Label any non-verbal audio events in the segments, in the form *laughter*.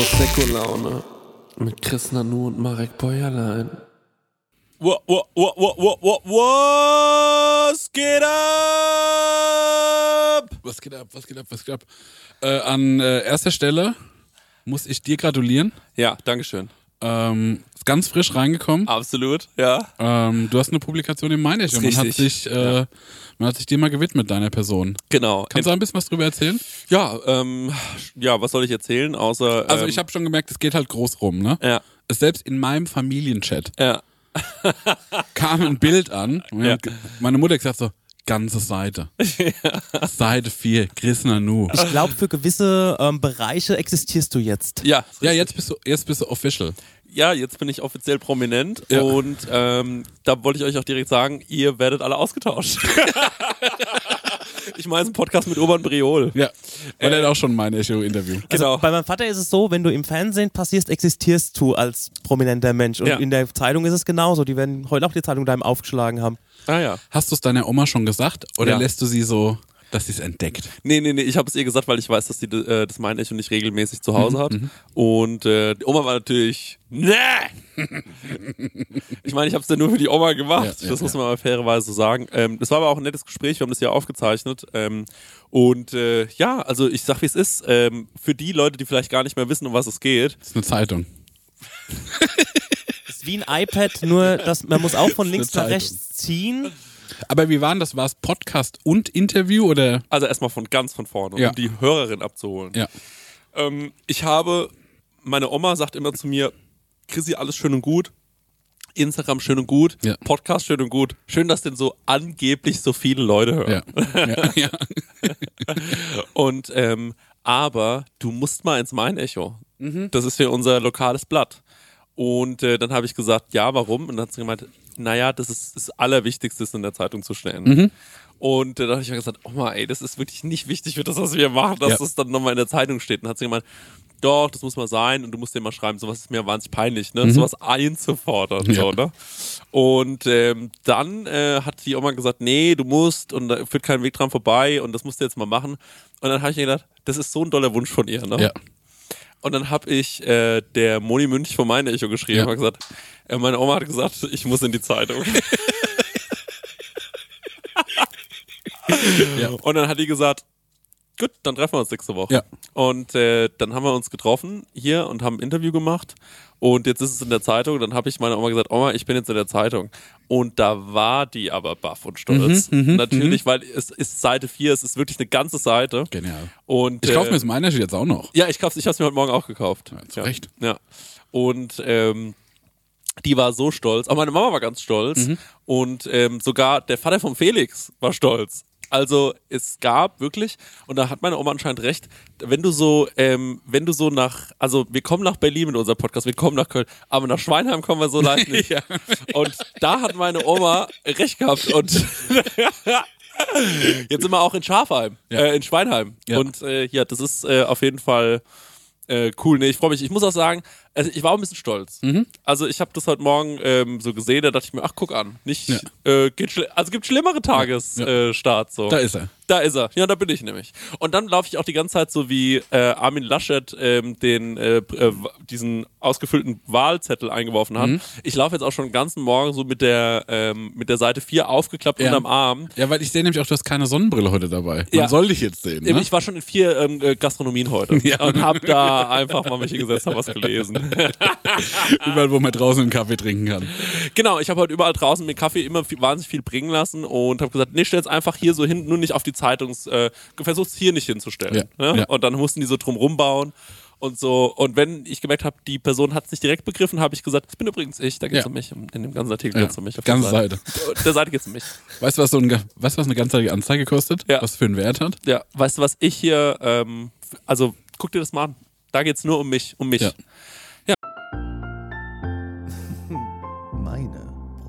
Disco-Laune mit Chris Nanu und Marek Bäuerlein. What, what, what, what, what, what, was geht ab? Was geht ab, was geht ab, was geht ab? Äh, an äh, erster Stelle muss ich dir gratulieren. Ja, Dankeschön. Ähm, ist ganz frisch Ah. reingekommen. Absolut, ja. Ähm, du hast eine Publikation im Meine und man hat, richtig, sich, äh, man hat sich dir mal gewidmet, deiner Person. Genau. Kannst du ein bisschen was drüber erzählen? ja, ähm, ja, was soll ich erzählen, außer. Also ähm, ich habe schon gemerkt, es geht halt groß rum, ne? Ja. Es- Selbst in meinem Familienchat Ja, kam ein Bild an und mir Ja. hat ge- meine Mutter gesagt so, *laughs* ganze Seite. Seite 4, Chris Nanu. Ich glaube, für gewisse ähm, Bereiche existierst du jetzt. ja, ist Ja, richtig. jetzt bist du, jetzt bist du official. ja, jetzt bin ich offiziell prominent Ja. und ähm, da wollte ich euch auch direkt sagen, ihr werdet alle *laughs* ausgetauscht. ich meine, es ist ein Podcast mit Urban Briol. Ja. Weil Äh. er hat auch schon mein Echo-Interview. Genau. Bei meinem Vater ist es so, wenn du im Fernsehen passierst, existierst du als prominenter Mensch. Und Ja. in der Zeitung ist es genauso. Die werden heute auch die Zeitung daheim aufgeschlagen haben. Ah ja. Hast du es deiner Oma schon gesagt oder Ja. lässt du sie so, dass sie es entdeckt? Nee, nee, nee, ich habe es ihr gesagt, weil ich weiß, dass sie äh, das mein Echo nicht regelmäßig zu Mhm, Hause hat. Und äh, die Oma war natürlich, *laughs* nee! ich meine, ich habe es ja nur für die Oma gemacht. Ja, ja, das muss ja. man mal fairerweise so sagen. Ähm, das war aber auch ein nettes Gespräch, wir haben das ja aufgezeichnet. Ähm, und äh, ja, also ich sag, wie es ist. Ähm, für die Leute, die vielleicht gar nicht mehr wissen, um was es geht. Das ist eine Zeitung. Ist wie ein iPad, nur dass man muss auch von links nach Zeitung. rechts ziehen. Aber wie waren das? War es Podcast und Interview oder? Also erstmal von ganz von vorne, Ja. um die Hörerin abzuholen. Ja. Ähm, ich habe, meine Oma sagt immer zu mir, Chrissy, alles schön und gut. Instagram schön und gut, Ja. Podcast schön und gut. Schön, dass denn so angeblich so viele Leute hören. Ja. *laughs* ja, ja. Und ähm, aber du musst mal ins Mein Echo. Mhm. Das ist für unser lokales Blatt. Und äh, dann habe ich gesagt, ja, warum? Und dann hat sie gemeint, naja, das ist das Allerwichtigste, ist in der Zeitung zu stellen. Mhm. Und äh, dann habe ich mir gesagt, Oma, ey, das ist wirklich nicht wichtig für das, was wir machen, dass Ja. das dann nochmal in der Zeitung steht. Und dann hat sie gemeint, doch, das muss mal sein und du musst dir mal schreiben, sowas ist mir wahnsinnig peinlich, ne? Sowas einzufordern. So, Mhm. Ja. ne? Und ähm, dann äh, hat die Oma gesagt, nee, du musst und da führt kein Weg dran vorbei und das musst du jetzt mal machen. Und dann habe ich mir gedacht, das ist so ein doller Wunsch von ihr. Ne? ja. Und dann habe ich äh, der Moni Münch von meinem Echo geschrieben Ja. und hab gesagt, äh, meine Oma hat gesagt, ich muss in die Zeitung. Ja. Und dann hat die gesagt, gut, dann treffen wir uns nächste Woche. Ja. Und äh, dann haben wir uns getroffen hier und haben ein Interview gemacht. Und jetzt ist es in der Zeitung. Dann habe ich meiner Oma gesagt, Oma, ich bin jetzt in der Zeitung. Und da war die aber baff und stolz. Mhm, Natürlich, weil es ist Seite 4, es ist wirklich eine ganze Seite. Genial. Und, Ich kaufe äh, mir das meiner jetzt auch noch. ja, ich kauf's, ich hab's mir heute Morgen auch gekauft. Ja, zu Recht. Ja. Und ähm, die war so stolz. Auch meine Mama war ganz stolz. Mhm. Und ähm, sogar der Vater von Felix war stolz. Also es gab wirklich, und da hat meine Oma anscheinend recht, wenn du so, ähm, wenn du so nach, also wir kommen nach Berlin mit unserem Podcast, wir kommen nach Köln, aber nach Schweinheim kommen wir so *laughs* leicht nicht. Und da hat meine Oma recht gehabt. *laughs* Und Jetzt sind wir auch in Schafheim, Ja. äh, in Schweinheim. Ja. Und äh, ja, das ist äh, auf jeden Fall äh, cool. Nee, ich freue mich. Ich muss auch sagen, also ich war auch ein bisschen stolz. Mhm. Also ich habe das heute Morgen ähm, so gesehen, da dachte ich mir, ach guck an, nicht, Ja. äh, geht schl- also gibt schlimmere Tagesstarts. Ja. Äh, Starts so. Da ist er. Da ist er. Ja, da bin ich nämlich. Und dann laufe ich auch die ganze Zeit so wie äh, Armin Laschet ähm, den, äh, äh, diesen ausgefüllten Wahlzettel eingeworfen Mhm. hat. Ich laufe jetzt auch schon den ganzen Morgen so mit der, ähm, mit der Seite 4 aufgeklappt Ja. unterm Arm. Ja, weil ich sehe nämlich auch, du hast keine Sonnenbrille heute dabei. Man Ja. soll dich jetzt sehen. Eben, Ne? Ich war schon in vier ähm, äh, Gastronomien heute *laughs* Ja. und hab da einfach mal mich hingesetzt, hab was gelesen. *laughs* Überall, wo man draußen einen Kaffee trinken kann. genau, ich habe heute überall draußen mir Kaffee immer viel, wahnsinnig viel bringen lassen und habe gesagt, nee, stell's einfach hier so hin, nur nicht auf die Zeitungs, äh, versuch's hier nicht hinzustellen. Ja, Ne? ja. Und dann mussten die so drum rumbauen und so. Und wenn ich gemerkt habe, die Person hat's nicht direkt begriffen, habe ich gesagt, das bin übrigens ich, da geht's Ja. um mich. In dem ganzen Artikel Ja, geht's um mich. auf ganze der Der Seite geht's um mich. Weißt du, was, so ein, weißt, du, was eine ganzheitliche Anzeige kostet? Ja. Was für einen Wert hat? Ja, weißt du, was ich hier, ähm, f- also guck dir das mal an. Da geht's nur um mich, um mich. Ja. *laughs* Meine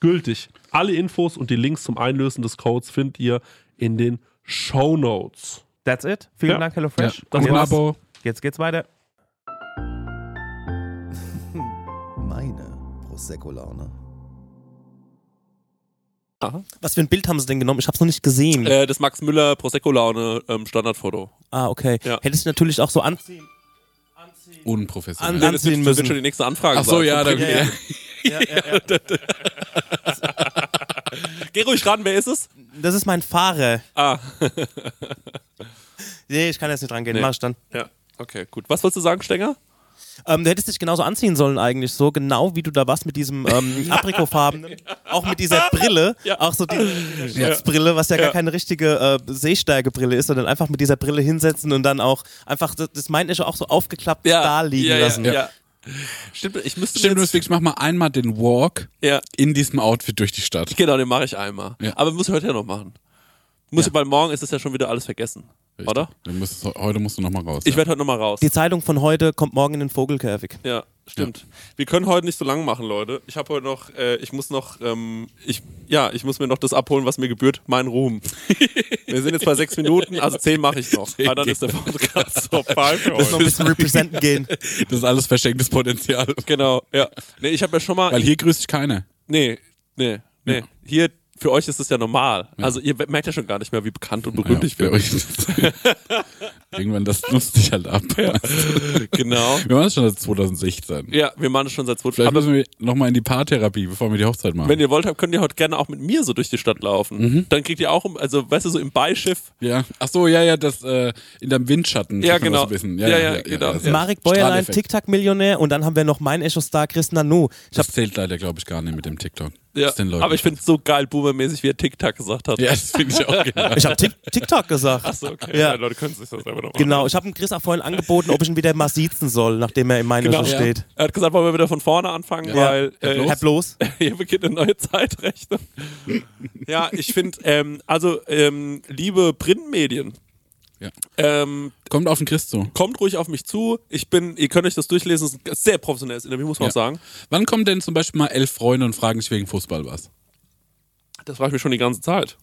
gültig. Alle Infos und die Links zum Einlösen des Codes findet ihr in den Show Notes. That's it. Vielen Ja. Dank, HelloFresh. Ja, das Und war jetzt, Abo. jetzt geht's weiter. Meine Prosecco-Laune. Was für ein Bild haben sie denn genommen? Ich hab's noch nicht gesehen. Äh, das Max Müller Prosecco Laune ähm, Standardfoto. ah, okay. ja. Hättest du natürlich auch so anziehen. Unprofessionell. An- das wird, Anziehen das müssen. wird schon die nächste Anfrage Ach so, sein. ja, da, Ja, ja. ja. Geh ruhig ran, wer ist es? Das ist mein Fahrer. Ah. nee, ich kann jetzt nicht rangehen. Mach ich dann. Ja. Okay, gut. Was wolltest du sagen, Stenger? Ähm, du hättest dich genauso anziehen sollen eigentlich. So genau wie du da warst mit diesem ähm, aprikofarbenen. auch mit dieser Brille. Auch so die Brille, was ja, gar keine richtige äh, Sehstärkebrille ist, sondern einfach mit dieser Brille hinsetzen und dann auch einfach, das, das meint ich auch so aufgeklappt da liegen ja, lassen. Ja, ja. Stimmt, ich müsste *laughs* Stimmt, mir jetzt, deswegen ich mach mal einmal den Walk Ja. in diesem Outfit durch die Stadt. Genau, den mache ich einmal. Ja. Aber muss ich heute ja noch machen. Muss ich, weil morgen ist das ja schon wieder alles vergessen. Oder? Du musst, heute musst du nochmal raus. Ich werde heute nochmal raus. Die Zeitung von heute kommt morgen in den Vogelkäfig. Ja, stimmt. Wir können heute nicht so lang machen, Leute. Ich habe heute noch, äh, ich muss noch, ähm, ich, ja, ich muss mir noch das abholen, was mir gebührt, mein Ruhm. Wir sind jetzt bei sechs Minuten, also zehn mache ich noch. Ah, dann ist der Podcast vorbei für Noch ein heute. bisschen representen gehen. ja. Das ist alles verschenktes Potenzial. Genau, ja. Nee, ich habe ja schon mal, Weil hier grüßt dich keiner. nee, nee, nee. Ja. Hier, für euch ist es ja normal. Also ihr merkt ja schon gar nicht mehr, wie bekannt und Ja, berühmt ich für bin. euch. *laughs* Irgendwann, das nutzt dich halt ab. *laughs* Genau. Wir machen das schon seit 2016. Ja, wir machen das schon seit 2000. Vielleicht Aber müssen wir nochmal in die Paartherapie, bevor wir Mhm. die Hochzeit machen. wenn ihr wollt habt, könnt ihr heute gerne auch mit mir so durch die Stadt laufen. Dann kriegt ihr auch, im- also weißt du, so im Beischiff. ja. Ach so, ja, ja, das äh, in deinem Windschatten. Ja, kriegt man genau. was zu wissen. Ja, ja, genau. das- Ja. Marek Bäuerlein, Strahleffekt. TikTok-Millionär und dann haben wir noch meinen Echo-Star Chris Nanu. Ich hab, Das zählt leider, glaube ich, gar nicht mit dem TikTok. Ja. es den Leuten Aber ich finde es so geil, boomermäßig, wie er TikTok gesagt hat. Ja, das finde *laughs* ich auch genau. Ich habe TikTok gesagt. Achso, okay. Ja. Ja. Leute können sich das selber noch machen. Genau, ich habe Chris auch vorhin angeboten, ob ich ihn wieder mal siezen soll, nachdem er in meiner Genau. so Ja. steht. Er hat gesagt, wollen wir wieder von vorne anfangen, Ja. weil Ja, äh, Herr bloß. *laughs* hier beginnt eine neue Zeitrechnung. ja, ich finde, ähm, also ähm, liebe Printmedien, Ja. ähm, Kommt auf den Christ so. kommt ruhig auf mich zu. Ich bin, ihr könnt euch das durchlesen, es ist ein sehr professionelles Interview, muss man Ja. auch sagen. Wann kommen denn zum Beispiel mal elf Freunde und fragen dich wegen Fußball was? Das frage ich mich schon die ganze Zeit.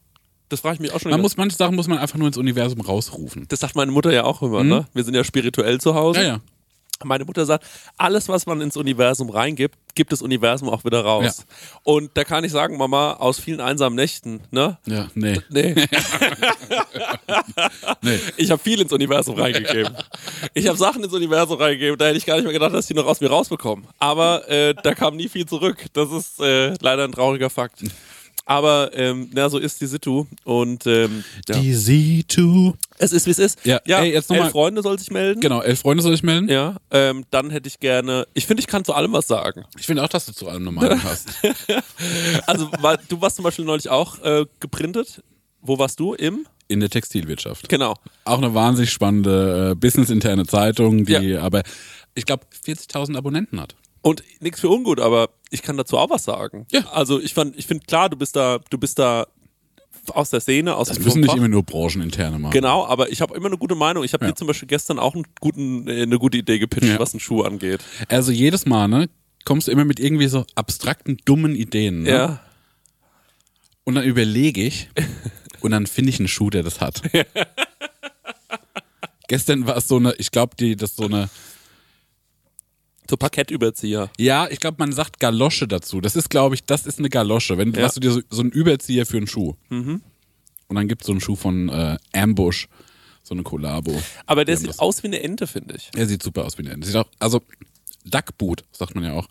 Das frage ich mich auch schon die Man ganze muss, manche Sachen muss man einfach nur ins Universum rausrufen. Das sagt meine Mutter ja auch immer, ne? Wir sind ja spirituell zu Hause. Mhm. Ja, ja. Meine Mutter sagt, alles, was man ins Universum reingibt, gibt das Universum auch wieder raus. Und da kann ich sagen, Mama, aus vielen einsamen Nächten, ne? Ja, nee. Nee, *laughs* *laughs* nee. ich habe viel ins Universum reingegeben. Ich habe Sachen ins Universum reingegeben, da hätte ich gar nicht mehr gedacht, dass die noch aus mir rausbekommen. Aber äh, da kam nie viel zurück. Das ist äh, leider ein trauriger Fakt. Aber ähm, na, so ist die Situ. Und ähm, ja. Die Z2. es ist, wie es ist. Ja, ey, jetzt noch elf mal- Freunde soll sich melden. Genau, elf Freunde soll ich melden. Ja, ähm, dann hätte ich gerne. Ich finde, ich kann zu allem was sagen. Ich finde auch, dass du zu *laughs* allem normalen hast. Also, weil, du warst zum Beispiel neulich auch äh, geprintet. Wo warst du? Im? In der Textilwirtschaft. Genau. Auch eine wahnsinnig spannende äh, businessinterne Zeitung, die Ja. aber, ich glaube, 40.000 Abonnenten hat. Und nichts für ungut, aber ich kann dazu auch was sagen. Ja. Also ich fand, ich finde klar, du bist da, du bist da aus der Szene, aus Das dem müssen nicht Fach. immer nur brancheninterne machen. Genau, aber ich habe immer eine gute Meinung. Ich habe Ja. dir zum Beispiel gestern auch einen guten, äh, eine gute Idee gepitcht, Ja. was einen Schuh angeht. Also jedes Mal, ne, kommst du immer mit irgendwie so abstrakten, dummen Ideen. Ne? Ja. Und dann überlege ich und dann finde ich einen Schuh, der das *laughs* hat. Gestern war es so eine, ich glaube, die, das so eine, So Parkettüberzieher. ja, ich glaube, man sagt Galosche dazu. Das ist, glaube ich, das ist eine Galosche. Wenn du Ja. Mhm. hast du dir so, so einen Überzieher für einen Schuh. Und dann gibt es so einen Schuh von äh, Ambush, so eine Collabo. Aber der Die haben sieht das- aus wie eine Ente, finde ich. Er sieht super aus wie ein Ente. Sieht auch, also Duckboot, sagt man ja auch,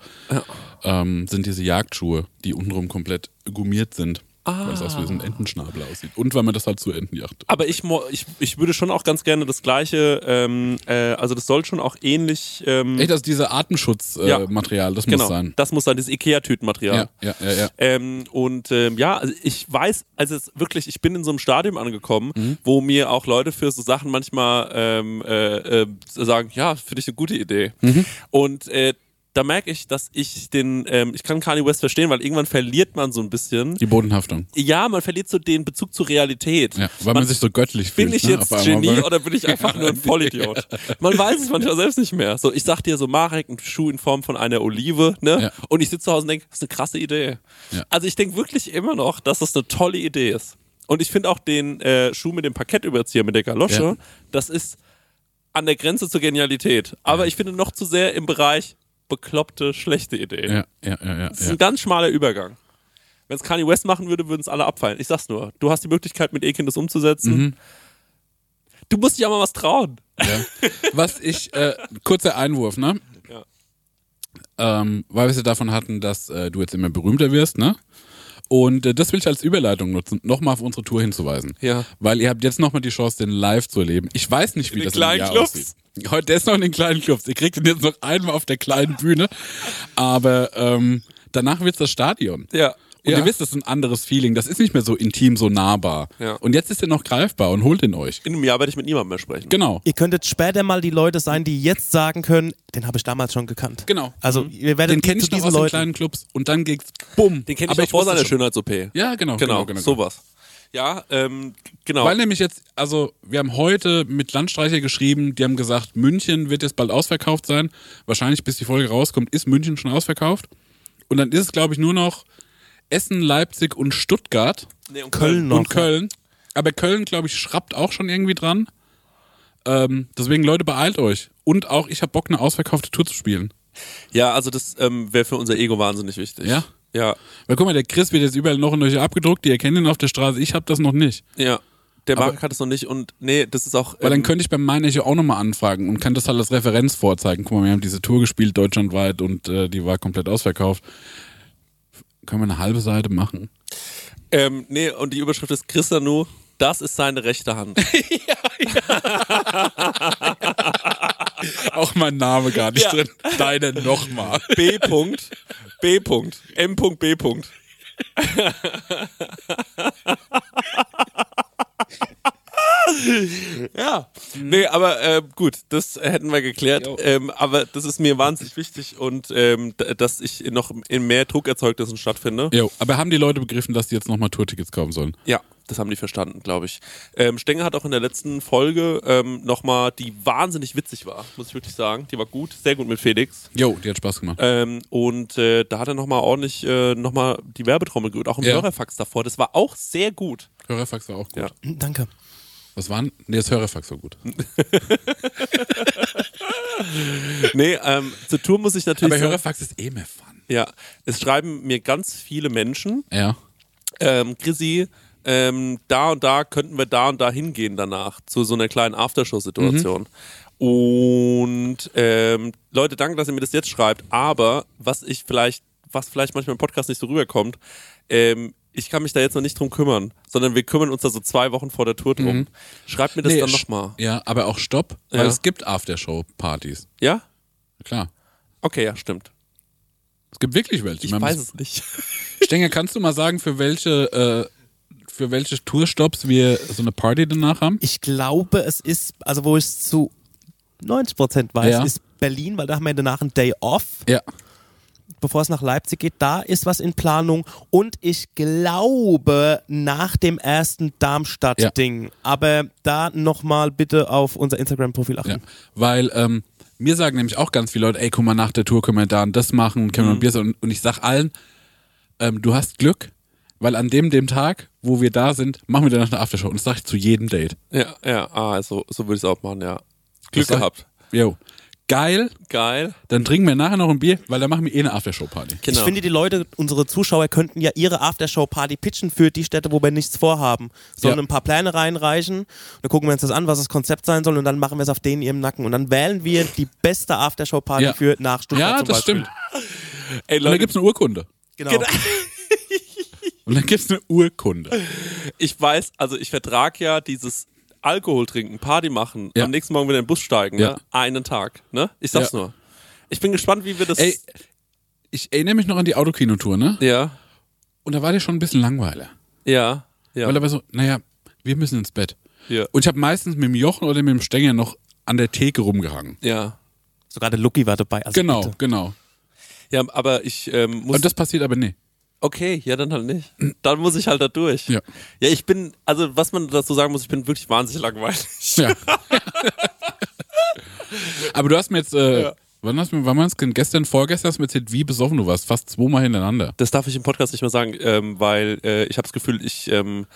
ähm, sind diese Jagdschuhe, die untenrum komplett gummiert sind. Ah. Weil es aus wie so ein Entenschnabel aussieht. Und weil man das halt zur Entenjagd. Aber ich, mo- ich, ich würde schon auch ganz gerne das gleiche, ähm, äh, also das soll schon auch ähnlich. Ähm, Echt, also diese Atemschutzmaterial, äh, Ja. Material, das genau, muss sein. das muss sein, dieses Ikea-Tütenmaterial. Ja, ja, ja, ja. Ähm, und ähm, ja, also ich weiß, also es ist wirklich, ich bin in so einem Stadium angekommen, Mhm. wo mir auch Leute für so Sachen manchmal ähm, äh, äh, sagen, ja, finde ich eine gute Idee. Mhm. Und äh, da merke ich, dass ich den, ähm, ich kann Kanye West verstehen, weil irgendwann verliert man so ein bisschen. Die Bodenhaftung. Ja, man verliert so den Bezug zur Realität. Ja, weil man, sich so göttlich fühlt. Bin ich ne, jetzt auf einmal, Genie weil- oder bin ich einfach *laughs* nur ein Vollidiot? Man weiß es manchmal selbst nicht mehr. So, ich sag dir so, Marek, ein Schuh in Form von einer Olive, ne? Ja. Und ich sitze zu Hause und denke, das ist eine krasse Idee. Ja. Also ich denke wirklich immer noch, dass das eine tolle Idee ist. Und ich finde auch den äh, Schuh mit dem Parkettüberzieher, mit der Galosche, Ja. das ist an der Grenze zur Genialität. Aber ich finde noch zu sehr im Bereich bekloppte, schlechte Idee. Ja, ja, ja, ja. Das ist ja. ein ganz schmaler Übergang. Wenn es Kanye West machen würde, würden es alle abfallen. Ich sag's nur. Du hast die Möglichkeit, mit E-Kind das umzusetzen. Mhm. Du musst dich auch mal was trauen. Was ich, äh, kurzer Einwurf, ne? Ja. Ähm, weil wir es ja davon hatten, dass äh, du jetzt immer berühmter wirst, ne? Und äh, das will ich als Überleitung nutzen, nochmal auf unsere Tour hinzuweisen. Ja. Weil ihr habt jetzt nochmal die Chance, den live zu erleben. Ich weiß nicht, wie In den das kleinen im Jahr Clubs. aussieht. Heute der ist noch in den kleinen Clubs. Ihr kriegt ihn jetzt noch einmal auf der kleinen Bühne. Aber ähm, danach wird's das Stadion. Ja. Und ja. ihr wisst, das ist ein anderes Feeling. Das ist nicht mehr so intim, so nahbar. Ja. Und jetzt ist er noch greifbar und holt ihn euch. in einem Jahr werde ich mit niemandem mehr sprechen. Genau. Ihr könntet später mal die Leute sein, die jetzt sagen können, den habe ich damals schon gekannt. Genau. Also ihr werdet Den nie kenne zu ich noch diesen aus den Leuten. kleinen Clubs. Und dann geht's bumm. Den kenne ich Aber noch vor wusste seiner schon. Schönheits-OP. Genau, Ja, genau. Genau, genau, sowas. Ja, ähm, genau. Weil nämlich jetzt, also wir haben heute mit Landstreicher geschrieben, die haben gesagt, München wird jetzt bald ausverkauft sein. Wahrscheinlich, bis die Folge rauskommt, ist München schon ausverkauft. Und dann ist es, glaube ich, nur noch Essen, Leipzig und Stuttgart Nee, und Köln noch. und Köln. Aber Köln, glaube ich, schrappt auch schon irgendwie dran. Ähm, deswegen, Leute, beeilt euch. Und auch, ich habe Bock, eine ausverkaufte Tour zu spielen. Ja, also das ähm, wäre für unser Ego wahnsinnig wichtig. Ja? Ja, Weil guck mal, der Chris wird jetzt überall noch und durch abgedruckt, die erkennen ihn auf der Straße, ich habe das noch nicht. ja. Der Aber- Marc hat es noch nicht und nee, das ist auch. Weil ähm, dann könnte ich beim Meinecho auch nochmal anfragen und kann das halt als Referenz vorzeigen. Guck mal, wir haben diese Tour gespielt deutschlandweit und äh, die war komplett ausverkauft. Können wir eine halbe Seite machen? *laughs* Ähm, nee, und die Überschrift ist Chris Nanu, das ist seine rechte Hand. Auch mein Name gar nicht Ja. drin. Deine nochmal. B. Punkt, B. Punkt, M. Punkt, B. Punkt. Ja, nee, aber äh, gut, das hätten wir geklärt. Ähm, aber das ist mir wahnsinnig wichtig und ähm, d- dass ich noch in mehr Druckerzeugnissen stattfinde. Jo, aber haben die Leute begriffen, dass die jetzt nochmal Tourtickets kaufen sollen? Ja, das haben die verstanden, glaube ich. Ähm, Stenger hat auch in der letzten Folge ähm, nochmal, die wahnsinnig witzig war, muss ich wirklich sagen. Die war gut, sehr gut mit Felix. Jo, die hat Spaß gemacht. Ähm, und äh, da hat er nochmal ordentlich äh, nochmal die Werbetrommel gerührt, auch im Ja. Hörerfax davor. Das war auch sehr gut. Hörerfax war auch gut. Ja. Mhm, Danke. Was waren? Nee, das Hörerfax war gut. Nee, ähm, zur Tour muss ich natürlich. Aber sagen- Hörerfax ist eh mehr Fun. ja, es schreiben mir ganz viele Menschen, Ja. ähm, Chrissy, ähm, da und da könnten wir da und da hingehen danach, zu so einer kleinen Aftershow-Situation. Und ähm, Leute, danke, dass ihr mir das jetzt schreibt, aber was ich vielleicht, was vielleicht manchmal im Podcast nicht so rüberkommt, ähm, ich kann mich da jetzt noch nicht drum kümmern, sondern wir kümmern uns da so zwei Wochen vor der Tour drum. Schreibt mir das dann nochmal. Ja, aber auch Stopp, weil Ja. es gibt Aftershow-Partys. Ja? Klar. Okay, ja, stimmt. Es gibt wirklich welche. Ich Man weiß muss- es nicht. *laughs* Stenger, kannst du mal sagen, für welche, äh, für welche Tourstops wir so eine Party danach haben? Ich glaube, es ist, also wo ich es zu 90 Prozent weiß, Ja. ist Berlin, weil da haben wir danach einen Day off, Ja. bevor es nach Leipzig geht. Da ist was in Planung und ich glaube nach dem ersten Ja. Darmstadt-Ding. Aber da nochmal bitte auf unser Instagram-Profil achten. ja. Weil ähm, mir sagen nämlich auch ganz viele Leute, ey, guck mal, nach der Tour können wir da und das machen und können wir ein Bier und, und ich sag allen, ähm, du hast Glück, weil an dem, dem Tag, wo wir da sind, machen wir danach eine Aftershow. Und das sage ich zu jedem Date. Ja, ja, ah, so, so würde ich es auch machen, ja. Glück Das sag- gehabt. Jo. Geil, Geil. dann trinken wir nachher noch ein Bier, weil dann machen wir eh eine Aftershow-Party. Genau. Ich finde, die Leute, unsere Zuschauer könnten ja ihre Aftershow-Party pitchen für die Städte, wo wir nichts vorhaben. Sollen Ja. ein paar Pläne reinreichen, dann gucken wir uns das an, was das Konzept sein soll und dann machen wir es auf denen ihrem Nacken. Und dann wählen wir die beste Aftershow-Party Ja. für nach Stuttgart Ja, zum das Beispiel. stimmt. Ey, Und dann Leute, gibt's eine Urkunde. Genau. Und dann gibt's eine Urkunde. ich weiß, also ich vertrag ja dieses Alkohol trinken, Party machen, Ja. am nächsten Morgen wieder in den Bus steigen, Ja. ne? einen Tag. Ne? Ich sag's Ja. nur. Ich bin gespannt, wie wir das. Ey, ich erinnere mich noch an die Autokinotour, ne? Ja, Und da war dir schon ein bisschen langweilig. ja, ja. Weil da war so, naja, wir müssen ins Bett. Ja. Und ich habe meistens mit dem Jochen oder mit dem Stenger noch an der Theke rumgehangen. ja. Sogar der Lucky war dabei. Also Genau, bitte. genau. ja, aber ich ähm, muss. Und das passiert aber nicht. okay, ja, dann halt nicht. Dann muss ich halt da durch. Ja. ja, ich bin, also was man dazu sagen muss, ich bin wirklich wahnsinnig langweilig. Ja. aber du hast mir jetzt, äh, wann hast du mir, wann war's denn? Gestern, vorgestern hast du mir erzählt, wie besoffen du warst. Fast zweimal hintereinander. Das darf ich im Podcast nicht mehr sagen, ähm, weil äh, ich habe das Gefühl, ich ähm,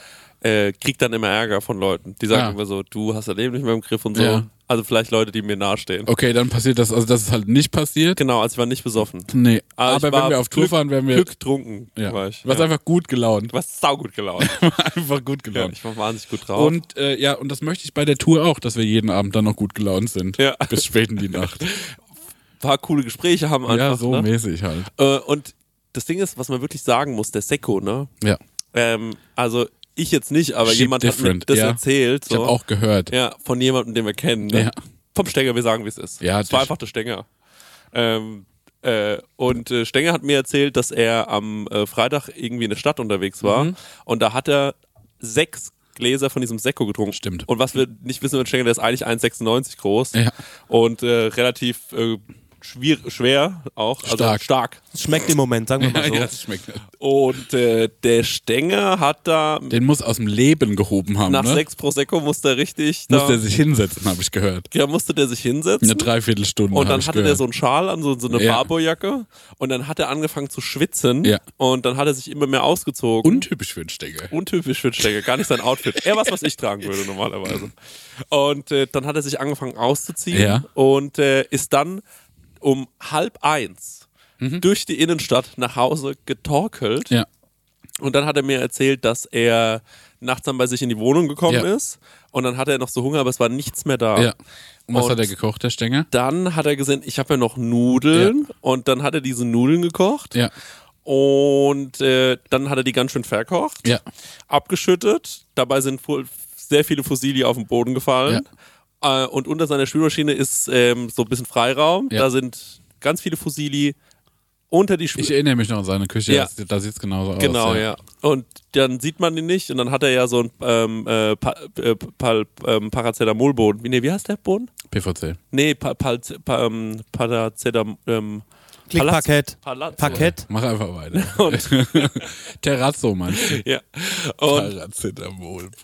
äh, krieg dann immer Ärger von Leuten. Die sagen Ah. immer so, du hast dein Leben nicht mehr im Griff und so. Ja. Also vielleicht Leute, die mir nahestehen. Okay, dann passiert das, also das ist halt nicht passiert. Genau, also ich war nicht besoffen. Nee. Aber ich Aber war wenn wir auf Tour Glück- fahren, werden wir. Glück trunken ja. war ich. Du warst ja. einfach gut gelaunt. Du *laughs* warst saugut gelaunt. einfach gut ja, gelaunt. ich war wahnsinnig gut drauf. Und äh, ja, und das möchte ich bei der Tour auch, dass wir jeden Abend dann noch gut gelaunt sind. Ja. Bis spät in die Nacht. paar coole Gespräche haben *laughs* einfach. ja, so ne? mäßig halt. äh, Und das Ding ist, was man wirklich sagen muss, der Seko, ne? Ja. Ähm, also ich jetzt nicht, aber Shit jemand hat mir different, das ja. erzählt. Ich So. habe auch gehört. Ja, von jemandem, den wir kennen. Ne? Ja. Vom Stenger, wir sagen, wie es ist. Ja, es war das- einfach der Stenger. Ähm, äh, und äh, Stenger hat mir erzählt, dass er am äh, Freitag irgendwie in der Stadt unterwegs war Mhm. und da hat er sechs Gläser von diesem Sekko getrunken. Stimmt. Und was wir nicht wissen über den Stenger, der ist eigentlich 1,96 groß Ja. und äh, relativ äh, schwier schwer auch, also Stark. stark. Schmeckt im Moment, sagen wir mal *laughs* *laughs* so. Ja, das schmeckt. Und äh, der Stenger hat da Den muss aus dem Leben gehoben haben, nach ne? sechs Prosecco musste er richtig, muss da, der sich hinsetzen, habe ich gehört. ja, musste der sich hinsetzen. Eine Dreiviertelstunde. Und hab dann ich hatte der gehört. so einen Schal an, so, so eine Ja. Barbo-Jacke. Und dann hat er angefangen zu schwitzen. Ja. Und dann hat er sich immer mehr ausgezogen. Untypisch für einen Stecker. Untypisch für Stecker, gar nicht sein Outfit. Eher was, was ich tragen würde normalerweise. Und äh, dann hat er sich angefangen auszuziehen Ja. und äh, ist dann um halb eins durch die Innenstadt nach Hause getorkelt. Mhm. Ja. Und dann hat er mir erzählt, dass er nachts dann bei sich in die Wohnung gekommen Ja. ist. Und dann hatte er noch so Hunger, aber es war nichts mehr da. ja. Und was Und- hat er gekocht, der Stenger? dann hat er gesehen, ich habe ja noch Nudeln und dann hat er diese Nudeln gekocht Ja. und äh, dann hat er die ganz schön verkocht, Ja. abgeschüttet, dabei sind wohl sehr viele Fossilien auf den Boden gefallen äh, und unter seiner Spülmaschine ist ähm, so ein bisschen Freiraum, Ja. da sind ganz viele Fossilien unter die Spül Ich erinnere mich noch an seine Küche. Ja. Ja. Da sieht es genauso aus. Genau, ja. Und dann sieht man ihn nicht und dann hat er ja so ein ähm, äh, pa äh, Pal ähm, Paracetamolboden. Wie, nee, wie heißt der Boden? PVC. Nee, pa Pal pa ähm, Paracetam ähm, Palaz- Klickparkett. Palaz- Parkett. Mach einfach weiter. *laughs* *laughs* Terrazzo, Mann. Ja. Und Paracetamol. *laughs*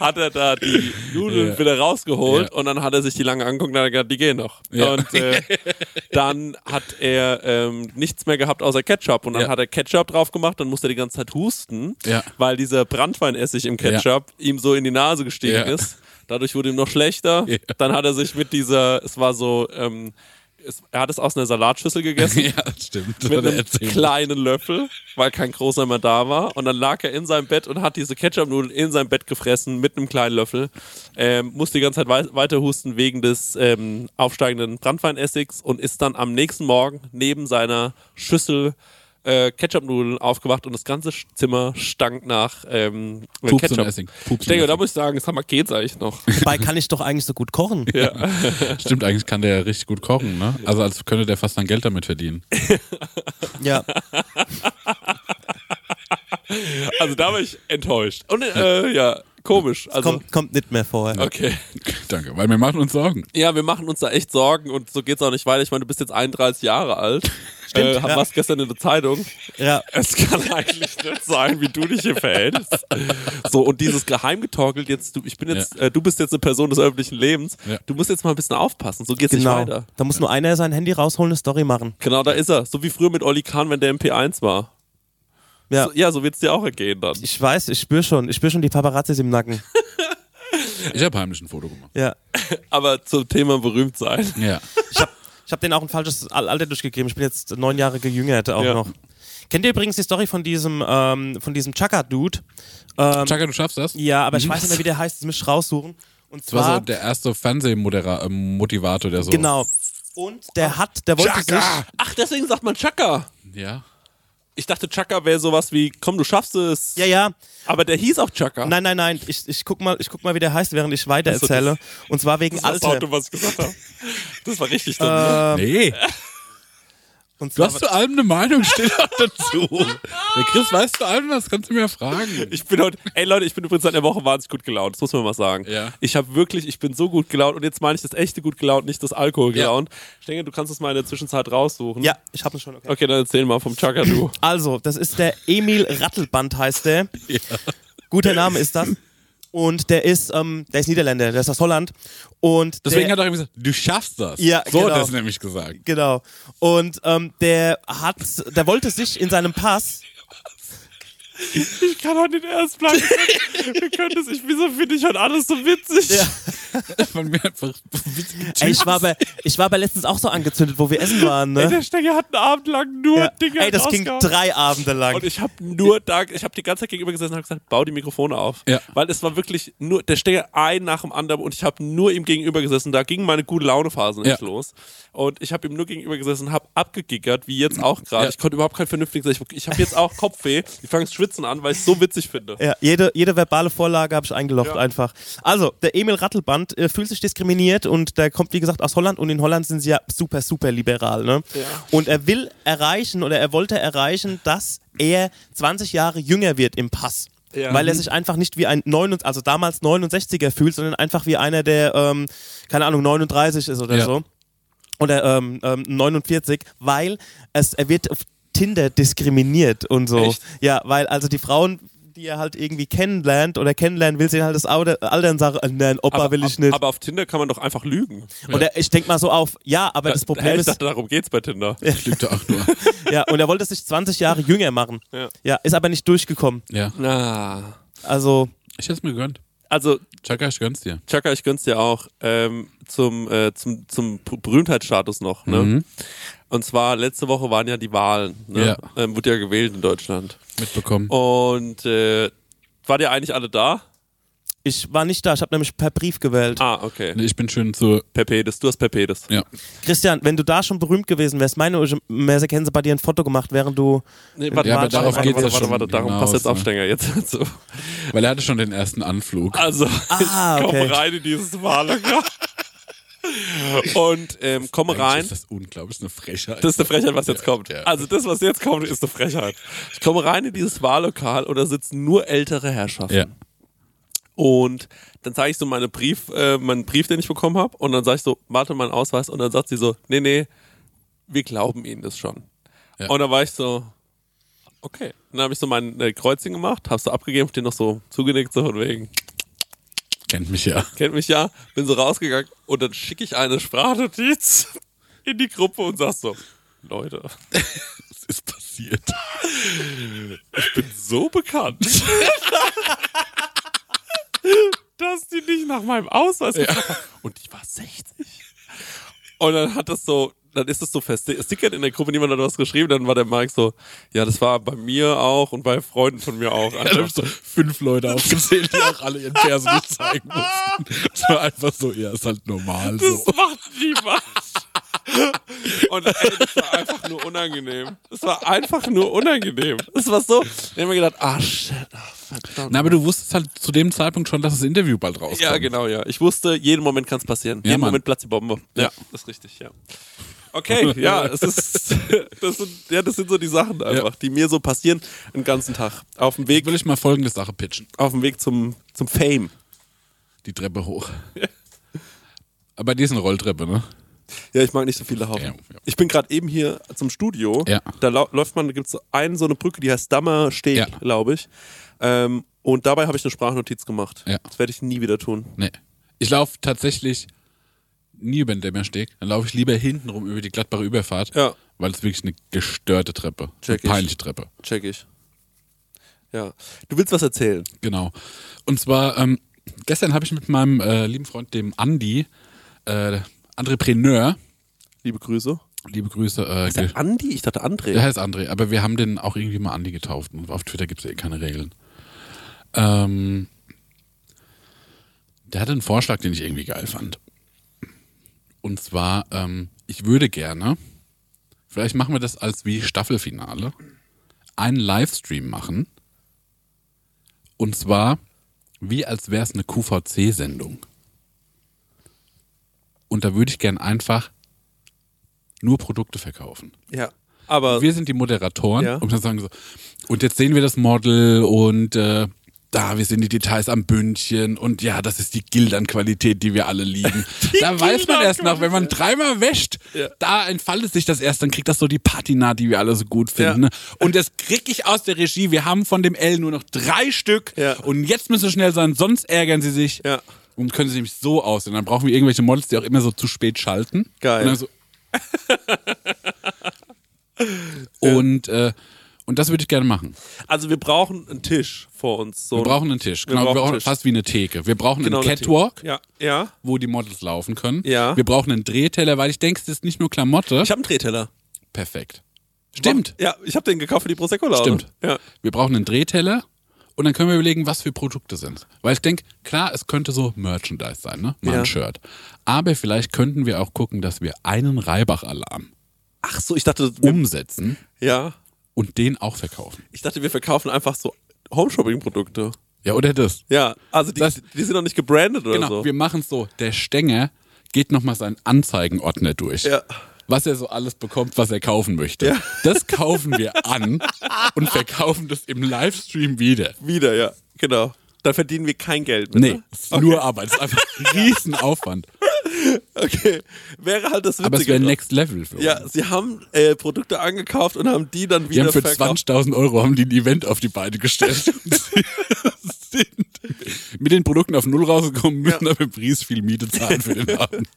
hat er da die Nudeln Ja. wieder rausgeholt Ja. und dann hat er sich die lange angeguckt und hat gesagt, die gehen noch. Ja. Und *laughs* äh, dann hat er ähm, nichts mehr gehabt außer Ketchup und dann Ja. hat er Ketchup drauf gemacht, dann musste er die ganze Zeit husten, Ja. weil dieser Brandweinessig im Ketchup ihm so in die Nase gestiegen Ja. ist. Dadurch wurde ihm noch schlechter. Ja. Dann hat er sich mit dieser, es war so, ähm, es, er hat es aus einer Salatschüssel gegessen *laughs* ja, stimmt. mit Oder einem erzähl. kleinen Löffel, weil kein großer mehr da war. Und dann lag er in seinem Bett und hat diese Ketchup-Nudeln in seinem Bett gefressen mit einem kleinen Löffel. Ähm, musste die ganze Zeit wei weiter husten wegen des ähm, aufsteigenden Brandweinessigs und ist dann am nächsten Morgen neben seiner Schüssel äh, Ketchup-Nudeln aufgewacht und das ganze Sch- Zimmer stank nach ähm, und Ketchup. Essig. Pups und Ich denke, da Essig. muss ich sagen, das geht's eigentlich *laughs* noch. Dabei kann ich doch eigentlich so gut kochen. Stimmt, eigentlich kann der ja richtig gut kochen, ne? Also als könnte der fast dann Geld damit verdienen. *laughs* Ja. Also da war ich enttäuscht. Und äh, ja, komisch. Also, kommt, kommt nicht mehr vor. okay. Danke, weil wir machen uns Sorgen. Ja, wir machen uns da echt Sorgen und so geht's auch nicht weiter. Ich meine, du bist jetzt 31 Jahre alt. *laughs* Stimmt, äh, ja. Warst gestern in der Zeitung. Ja. Es kann eigentlich nicht sein, wie du dich hier verhältst. *laughs* So, und dieses Geheimgetorkelt jetzt, du, ich bin jetzt, äh, du bist jetzt eine Person des öffentlichen Lebens. Ja. Du musst jetzt mal ein bisschen aufpassen. So geht's Genau. nicht weiter. Da muss nur einer sein Handy rausholen, eine Story machen. Genau, da ist er. So wie früher mit Olli Kahn, wenn der MP1 war. Ja. So, ja, so wird's dir auch ergehen dann. Ich weiß, ich spüre schon. Ich spüre schon die Paparazzis im Nacken. Ich habe heimlich ein Foto gemacht. Ja. Aber zum Thema berühmt sein. Ja. Ich habe ich hab denen auch ein falsches Al- Alter durchgegeben. Ich bin jetzt neun Jahre gegüngert auch Ja. noch. Kennt ihr übrigens die Story von diesem, ähm, von diesem Chaka-Dude? Ähm, Chaka, du schaffst das? ja, aber ich weiß nicht mehr, wie der heißt. Das muss ich raussuchen. Und Mhm. Das war zwar, so der erste Fernsehmotivator, der so. genau. Und der hat, der wollte sich... Ach, deswegen sagt man Chaka. Ja. Ich dachte, Chaka wäre sowas wie, komm, du schaffst es. Ja, ja. Aber der hieß auch Chaka. Nein, nein, nein. Ich, ich, guck mal, ich guck mal, wie der heißt, während ich weitererzähle. Und zwar wegen Das war Alter. dumm, was ich gesagt habe. Das war richtig dumm. Äh, nee. Und Du zwar, hast zu allem eine Meinung, steht auch dazu. Der Chris weiß zu allem was, kannst du mir fragen. ich bin heute, ey Leute, ich bin übrigens seit der Woche wahnsinnig gut gelaunt. Das muss man mal sagen. Ja. Ich habe wirklich, ich bin so gut gelaunt und jetzt meine ich das echte gut gelaunt, nicht das Alkohol gelaunt. Ich denke, du kannst es mal in der Zwischenzeit raussuchen. ja, ich habe ihn schon. Okay. Okay, dann erzähl mal vom Chaka, du. Also, das ist der Emil Rattelband, *laughs* heißt der. Guter Name ist das. Und der ist, ähm, der ist Niederländer, der ist aus Holland. Und Deswegen der, hat er irgendwie gesagt, du schaffst das. Ja, so genau. hat er es nämlich gesagt. *laughs* genau. Und ähm, der hat, der wollte sich in seinem Pass, *laughs* Ich kann heute nicht erst bleiben. Wir können das, ich, wieso finde ich heute alles so witzig? Ja. Von mir einfach witzige ey, ich Typen. war aber, ich war aber letztens auch so angezündet, wo wir essen waren, ne? Stecker hat einen Abend lang nur Ja. Ey, das ging rausgehauen. drei Abende lang. Und ich habe nur da, ich habe die ganze Zeit gegenüber gesessen und hab gesagt, bau die Mikrofone auf. Ja. Weil es war wirklich nur, der Stecker ein nach dem anderen und ich habe nur ihm gegenüber gesessen. Da ging meine gute Laune-Phase nicht Ja. los. Und ich habe ihm nur gegenüber gesessen und habe abgegickert, wie jetzt auch gerade. Ja. Ich konnte überhaupt kein vernünftiges, ich, ich habe jetzt *laughs* auch Kopfweh. Ich fange schwitzen an, weil ich es so witzig finde. Ja, jede, jede verbale Vorlage habe ich eingelocht Ja. einfach. Also, der Emil Rattelband äh, fühlt sich diskriminiert und der kommt, wie gesagt, aus Holland und in Holland sind sie ja super, super liberal. Ne? Und er will erreichen oder er wollte erreichen, dass er 20 Jahre jünger wird im Pass. Ja. Mhm. Weil er sich einfach nicht wie ein 9, also damals 69er fühlt, sondern einfach wie einer, der, ähm, keine Ahnung, 39 ist oder Ja. so. Oder ähm, ähm, 49, weil es, er wird auf Tinder diskriminiert und so. Echt? Ja, weil also die Frauen, die er halt irgendwie kennenlernt oder kennenlernen will, sehen halt das Aude- Alter und sagen, äh, nein, Opa will ich ab- nicht. aber auf Tinder kann man doch einfach lügen. und er, ich denk mal so auf, ja, aber das Hä, Problem ich ist, dachte, darum geht's bei Tinder. Ich liebte auch nur. *laughs* ja, und er wollte sich 20 Jahre jünger machen. Ja. ist aber nicht durchgekommen. Ja. Na. Also, Ich hätte es mir gegönnt. Also, Chaka, ich gönn's dir. Chaka, ich gönn's dir auch ähm, zum, äh, zum, zum P- Berühmtheitsstatus noch. Ne? Mhm. Und zwar, letzte Woche waren ja die Wahlen. Ne? Ähm, wurde ja gewählt in Deutschland. Mitbekommen. Oh. Und äh, wart ihr eigentlich alle da? ich war nicht da, ich habe nämlich per Brief gewählt. Ah, okay. Nee, Ich bin schön zu. Perpedes, du hast Perpedes. Ja. Christian, wenn du da schon berühmt gewesen wärst, meine Mäse kennen sie bei dir ein Foto gemacht, während du. Nee, warte, Ja, aber warte, darauf warte, geht's warte, ja warte, schon. warte, darum hinaus, passt jetzt ne? Aufstänger jetzt. *laughs* Also, Weil er hatte schon den ersten Anflug. also Ah, ich komme okay. rein in dieses Wahllager. und ähm, komme Eigentlich rein. Ist das unglaublich eine Frechheit. Das ist eine Frechheit, was jetzt Ja, kommt. ja. Also das, was jetzt kommt, ist eine Frechheit. Ich komme rein in dieses Wahllokal und da sitzen nur ältere Herrschaften. ja. Und dann zeige ich so meine Brief, äh, meinen Brief, den ich bekommen habe. Und dann sage ich so, warte, mein Ausweis. Und dann sagt sie so, nee, nee, wir glauben Ihnen das schon. Ja. Und dann war ich so, okay. Dann habe ich so mein äh, Kreuzchen gemacht, habe so abgegeben, hab den noch so zugenickt, so von wegen, Kennt mich ja. kennt mich ja, bin so rausgegangen. Und dann schicke ich eine Sprachnotiz in die Gruppe und sag so, Leute, *laughs* Es ist passiert. so bekannt. *laughs* dass die nicht nach meinem Ausweis gefragt haben. Und ich war 60. Und dann hat das so, dann ist das so fest. Stickert in der Gruppe, niemand hat was geschrieben, dann war der Mike so, ja, das war bei mir auch und bei Freunden von mir auch. Ja, da hab ich so fünf Leute aufgezählt, die auch alle ihren Persen nicht zeigen mussten. Das war einfach so, ja, ist halt normal so. Das macht niemand. Und ey, das war einfach nur unangenehm. Das war einfach nur unangenehm. Das war so, ich hab mir gedacht, ah, shit, ah, verdammt. Na, aber du wusstest halt zu dem Zeitpunkt schon, dass das Interview bald rauskommt. Ja, genau, ja. Ich wusste, jeden Moment kann es passieren. Ja, jeden Mann. Moment platzt die Bombe. Ja, Ja. das ist richtig, ja. Okay, ja, es ist, *laughs* das sind, ja, das sind so die Sachen einfach, die mir so passieren den ganzen Tag. Auf dem Weg, Will ich mal folgende Sache pitchen. auf dem Weg zum, zum Fame. Die Treppe hoch. aber die ist eine Rolltreppe, ne? Ja, ich mag nicht so viele Haufen. Ja, ja. Ich bin gerade eben hier zum Studio. Ja. Da lau- läuft man, da gibt es einen so eine Brücke, die heißt Dammer Steg, Ja. glaube ich. Ähm, und dabei habe ich eine Sprachnotiz gemacht. Ja. Das werde ich nie wieder tun. Nee. Ich laufe tatsächlich nie über den Dämmersteg. Dann laufe ich lieber hintenrum über die glattbare Überfahrt. Ja. Weil es wirklich eine gestörte Treppe. Check ich. eine peinliche Treppe. Check ich. Ja. Du willst was erzählen? Genau. Und zwar, ähm, gestern habe ich mit meinem äh, lieben Freund, dem Andi, äh, Entrepreneur, Liebe Grüße. liebe Grüße, äh, ge- Andi? Ich dachte André. Der heißt André, aber wir haben den auch irgendwie mal Andi getauft. Und auf Twitter gibt es eh keine Regeln. Ähm, der hatte einen Vorschlag, den ich irgendwie geil fand. Und zwar, ähm, ich würde gerne, vielleicht machen wir das als wie Staffelfinale, einen Livestream machen. Und zwar, wie als wäre es eine QVC-Sendung. Und da würde ich gern einfach nur Produkte verkaufen. Ja. Aber Wir sind die Moderatoren Ja. und dann sagen so, und jetzt sehen wir das Model und äh, da, wir sehen die Details am Bündchen und ja, das ist die Gildern-Qualität, die wir alle *laughs* lieben. da weiß man erst noch, wenn man dreimal wäscht, da entfaltet sich das erst, dann kriegt das so die Patina, die wir alle so gut finden. Ja. Ne? Und das krieg ich aus der Regie, wir haben von dem L nur noch drei Stück Ja. und jetzt müssen wir schnell sein, sonst ärgern sie sich. Ja. Und können sie nämlich so aussehen. Dann brauchen wir irgendwelche Models, die auch immer so zu spät schalten. Geil. Und dann so, *laughs* Und, äh, und das würde ich gerne machen. also wir brauchen einen Tisch vor uns. So Wir brauchen einen Tisch. Wir Genau, wir brauchen brauchen einen Tisch. fast wie eine Theke. Wir brauchen Genau, einen einen Tisch. Catwalk, Ja, ja. wo die Models laufen können. Ja. Wir brauchen einen Drehteller, weil ich denke, es ist nicht nur Klamotte. Ich habe einen Drehteller. Perfekt. Stimmt. Ja, ich habe den gekauft für die prosecco -Laune. Stimmt. Ja. Wir brauchen einen Drehteller und dann können wir überlegen, was für Produkte sind. Weil ich denke, klar, es könnte so Merchandise sein, ne? Mal Ja. ein Shirt. Aber vielleicht könnten wir auch gucken, dass wir einen Reibach-Alarm Ach so, ich dachte, wir, Um. umsetzen ja, und den auch verkaufen. ich dachte, wir verkaufen einfach so Homeshopping-Produkte. Ja, oder das? Ja, also die, Das- die sind noch nicht gebrandet oder Genau, so. wir machen es so. Der Stänger geht nochmal seinen Anzeigenordner durch. Ja. Was er so alles bekommt, was er kaufen möchte. Das kaufen wir *laughs* an und verkaufen das im Livestream wieder. Wieder, ja, genau. Da verdienen wir kein Geld mit. *laughs* Nee, ne? es ist nur Arbeit. Es ist einfach ein *laughs* Riesenaufwand. Okay, wäre halt das Witzige. Aber es wäre dran. Next Level für uns. Ja, sie haben äh, Produkte angekauft und haben die dann Die wieder haben für verkauft. 20.000 Euro haben die ein Event auf die Beine *laughs* gestellt. Und sie sind mit den Produkten auf Null rausgekommen, müssen Ja. aber im Preis viel Miete zahlen für den *laughs* Abend.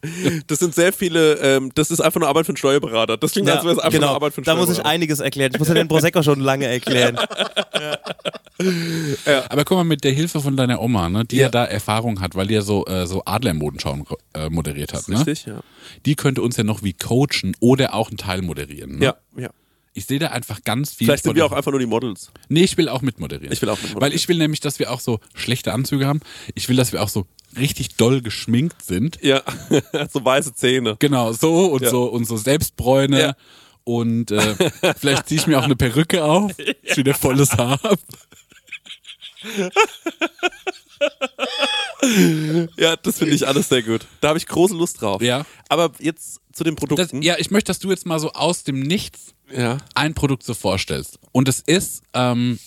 Das sind sehr viele, ähm, das ist einfach nur Arbeit für einen Steuerberater. Das klingt, als wäre es einfach genau. nur Arbeit für einen genau. da muss ich Steuerberater. einiges erklären. Ich muss ja den Prosecco schon lange *laughs* erklären. Aber guck mal, mit der Hilfe von deiner Oma, ne, die ja, da Erfahrung hat, weil die ja so, äh, so Adlermodenschauen äh, moderiert hat, ne? Richtig, ja. die könnte uns ja noch wie coachen oder auch einen Teil moderieren. Ne? Ja, ja. Ich sehe da einfach ganz viel. Vielleicht sind wir auch Potenzial. einfach nur die Models. Nee, ich will auch mitmoderieren. Ich will auch mitmoderieren. Weil ich will nämlich, dass wir auch so schlechte Anzüge haben. Ich will, dass wir auch so richtig doll geschminkt sind. Ja, *laughs* so weiße Zähne. Genau, so und Ja. so und so Selbstbräune. Ja. Und *laughs* äh, vielleicht ziehe ich mir auch eine Perücke auf, dass ich wieder volles Haar hab. Ja, das finde ich alles sehr gut. Da habe ich große Lust drauf. Ja. Aber jetzt zu den Das, Produkten. ja, ich möchte, dass du jetzt mal so aus dem Nichts ja. ein Produkt so vorstellst. Und es ist, ähm,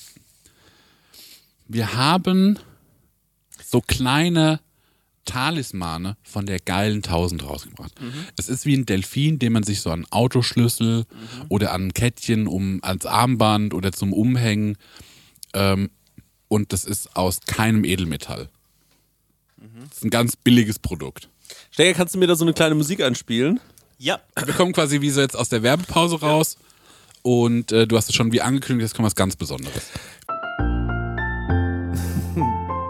wir haben so kleine Talismane von der geilen 1000 rausgebracht. Es ist wie ein Delfin, den man sich so an Autoschlüssel oder an ein Kettchen um als Armband oder zum Umhängen ähm, und das ist aus keinem Edelmetall. Das ist ein ganz billiges Produkt. Stecker, kannst du mir da so eine kleine Musik einspielen? Ja, Wir kommen quasi wie so jetzt aus der Werbepause raus und äh, du hast es schon wie angekündigt, jetzt kommt was ganz Besonderes.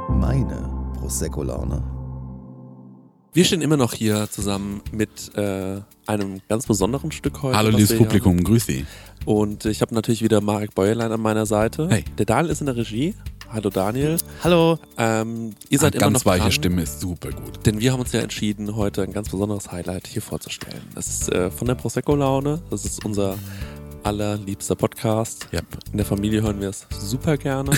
Meine Prosecco-Laune. Wir stehen immer noch hier zusammen mit äh, einem ganz besonderen Stück heute. Hallo was liebes wir hier Publikum, grüß Sie. haben. Und ich habe natürlich wieder Marek Bäuerlein an meiner Seite. Hey. Der Daniel ist in der Regie. Hallo Daniel. hallo. Ähm, ihr seid Eine immer ganz noch weiche dran, Stimme ist super gut. Denn wir haben uns ja entschieden, heute ein ganz besonderes Highlight hier vorzustellen. Das ist äh, von der Prosecco-Laune. Das ist unser allerliebster Podcast. Ja. In der Familie hören wir es super *laughs* gerne.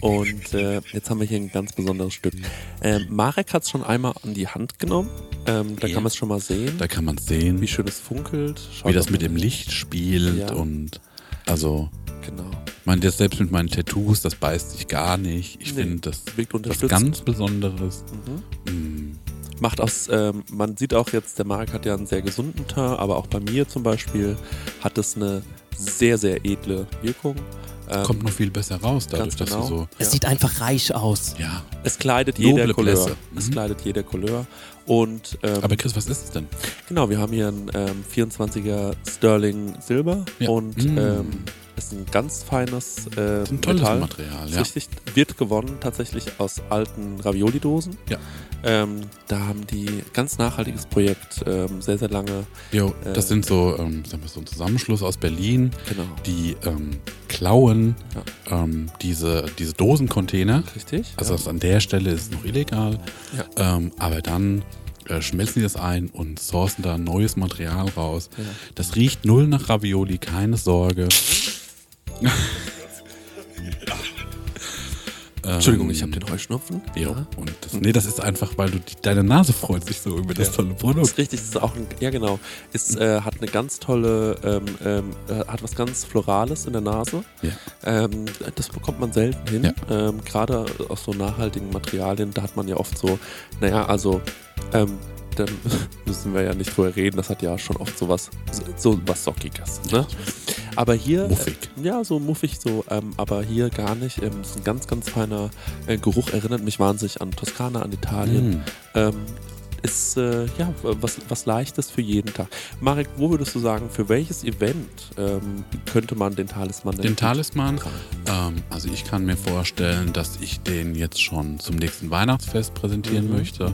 Und äh, jetzt haben wir hier ein ganz besonderes Stück. Ähm, Marek hat es schon einmal an die Hand genommen. Ähm, da Ja. kann man es schon mal sehen, Da kann man sehen, wie wie, schön es funkelt. Schaut das doch mit mal. dem Licht spielt Ja. und also Genau. man jetzt selbst mit meinen Tattoos, das beißt sich gar nicht. Ich Nee. finde das Wirkt was unterstützt. ganz Besonderes. Macht aus, ähm, man sieht auch jetzt, der Marek hat ja einen sehr gesunden Teint, aber auch bei mir zum Beispiel hat es eine sehr, sehr edle Wirkung. Ähm, Kommt noch viel besser raus dadurch, ganz genau. dass du so Es sieht einfach reich aus. ja. Es kleidet Noble jeder Couleur. Blässe. Es Mhm. kleidet jeder Couleur. Und ähm, Aber Chris, was ist es denn? genau, wir haben hier einen ähm, 24er Sterling Silber Ja. und Mm. ähm, ist ein ganz feines äh, Ein tolles Metall. Material, Ist ja. Richtig, wird gewonnen tatsächlich aus alten Ravioli-Dosen. Ja. Ähm, da haben die ganz nachhaltiges Projekt ähm, sehr, sehr lange. Jo, Äh, das sind so, ähm, sagen wir so ein Zusammenschluss aus Berlin, Genau. die ähm, klauen Ja. ähm, diese, diese Dosencontainer. Richtig? Also das an der Stelle ist es noch illegal, ähm, aber dann äh, schmelzen die das ein und sourcen da neues Material raus. Genau. Das riecht null nach Ravioli, keine Sorge. Ähm, Entschuldigung, ich habe den Heuschnupfen. Ja, und das, nee, das ist einfach, weil du die, deine Nase freut sich so über das tolle Das Produkt. ist richtig, das ist auch ein, ja genau. Ist, äh, hat eine ganz tolle, ähm, ähm, äh, hat was ganz Florales in der Nase. Ja. Ähm, das bekommt man selten hin. Ähm, Gerade aus so nachhaltigen Materialien, da hat man ja oft so, naja, also, ähm, dann *laughs* müssen wir ja nicht drüber reden, das hat ja schon oft so was, so, so was Sockiges. Ne? Aber hier. Muffig. Äh, ja, so muffig, so, ähm, aber hier gar nicht. Ähm, ist ein ganz, ganz feiner äh, Geruch, erinnert mich wahnsinnig an Toskana, an Italien. Mm. Ähm, ist äh, ja was, was Leichtes für jeden Tag. Marek, wo würdest du sagen, für welches Event ähm, könnte man den Talisman denn Den gut Talisman, tragen? ähm, also ich kann mir vorstellen, dass ich den jetzt schon zum nächsten Weihnachtsfest präsentieren möchte. Ähm,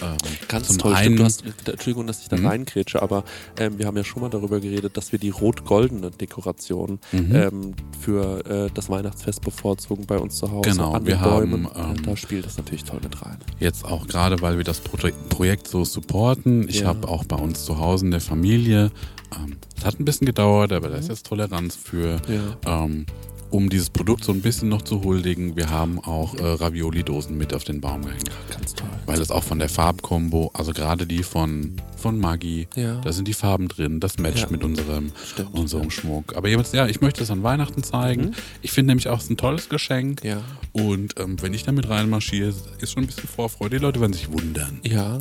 Mhm. Ganz zum toll. Stimmt, einen du hast, äh, Entschuldigung, dass ich da Mhm. reingrätsche, aber ähm, wir haben ja schon mal darüber geredet, dass wir die rot-goldene Dekoration Mhm. ähm, für äh, das Weihnachtsfest bevorzugen bei uns zu Hause. Genau, an wir den haben, Bäumen. ähm, da spielt das natürlich toll mit rein. jetzt auch gerade, weil wir das Prote- Projekt so supporten. Ich Ja. habe auch bei uns zu Hause in der Familie, ähm, es hat ein bisschen gedauert, aber da ist jetzt Toleranz für, Mhm. Ja. ähm, um dieses Produkt so ein bisschen noch zu huldigen. Wir haben auch äh, Ravioli-Dosen mit auf den Baum gehängt, Ganz toll. weil es auch von der Farbkombo, also gerade die von, von Maggi, Ja. da sind die Farben drin, das matcht Ja. mit unserem, Stimmt, Mhm. unserem Schmuck. Aber jedenfalls, ja, ich möchte es an Weihnachten zeigen. Ich finde nämlich auch, es ist ein tolles Geschenk. Ja. Und ähm, wenn ich damit reinmarschiere, ist schon ein bisschen Vorfreude. Die Leute werden sich wundern. Ja.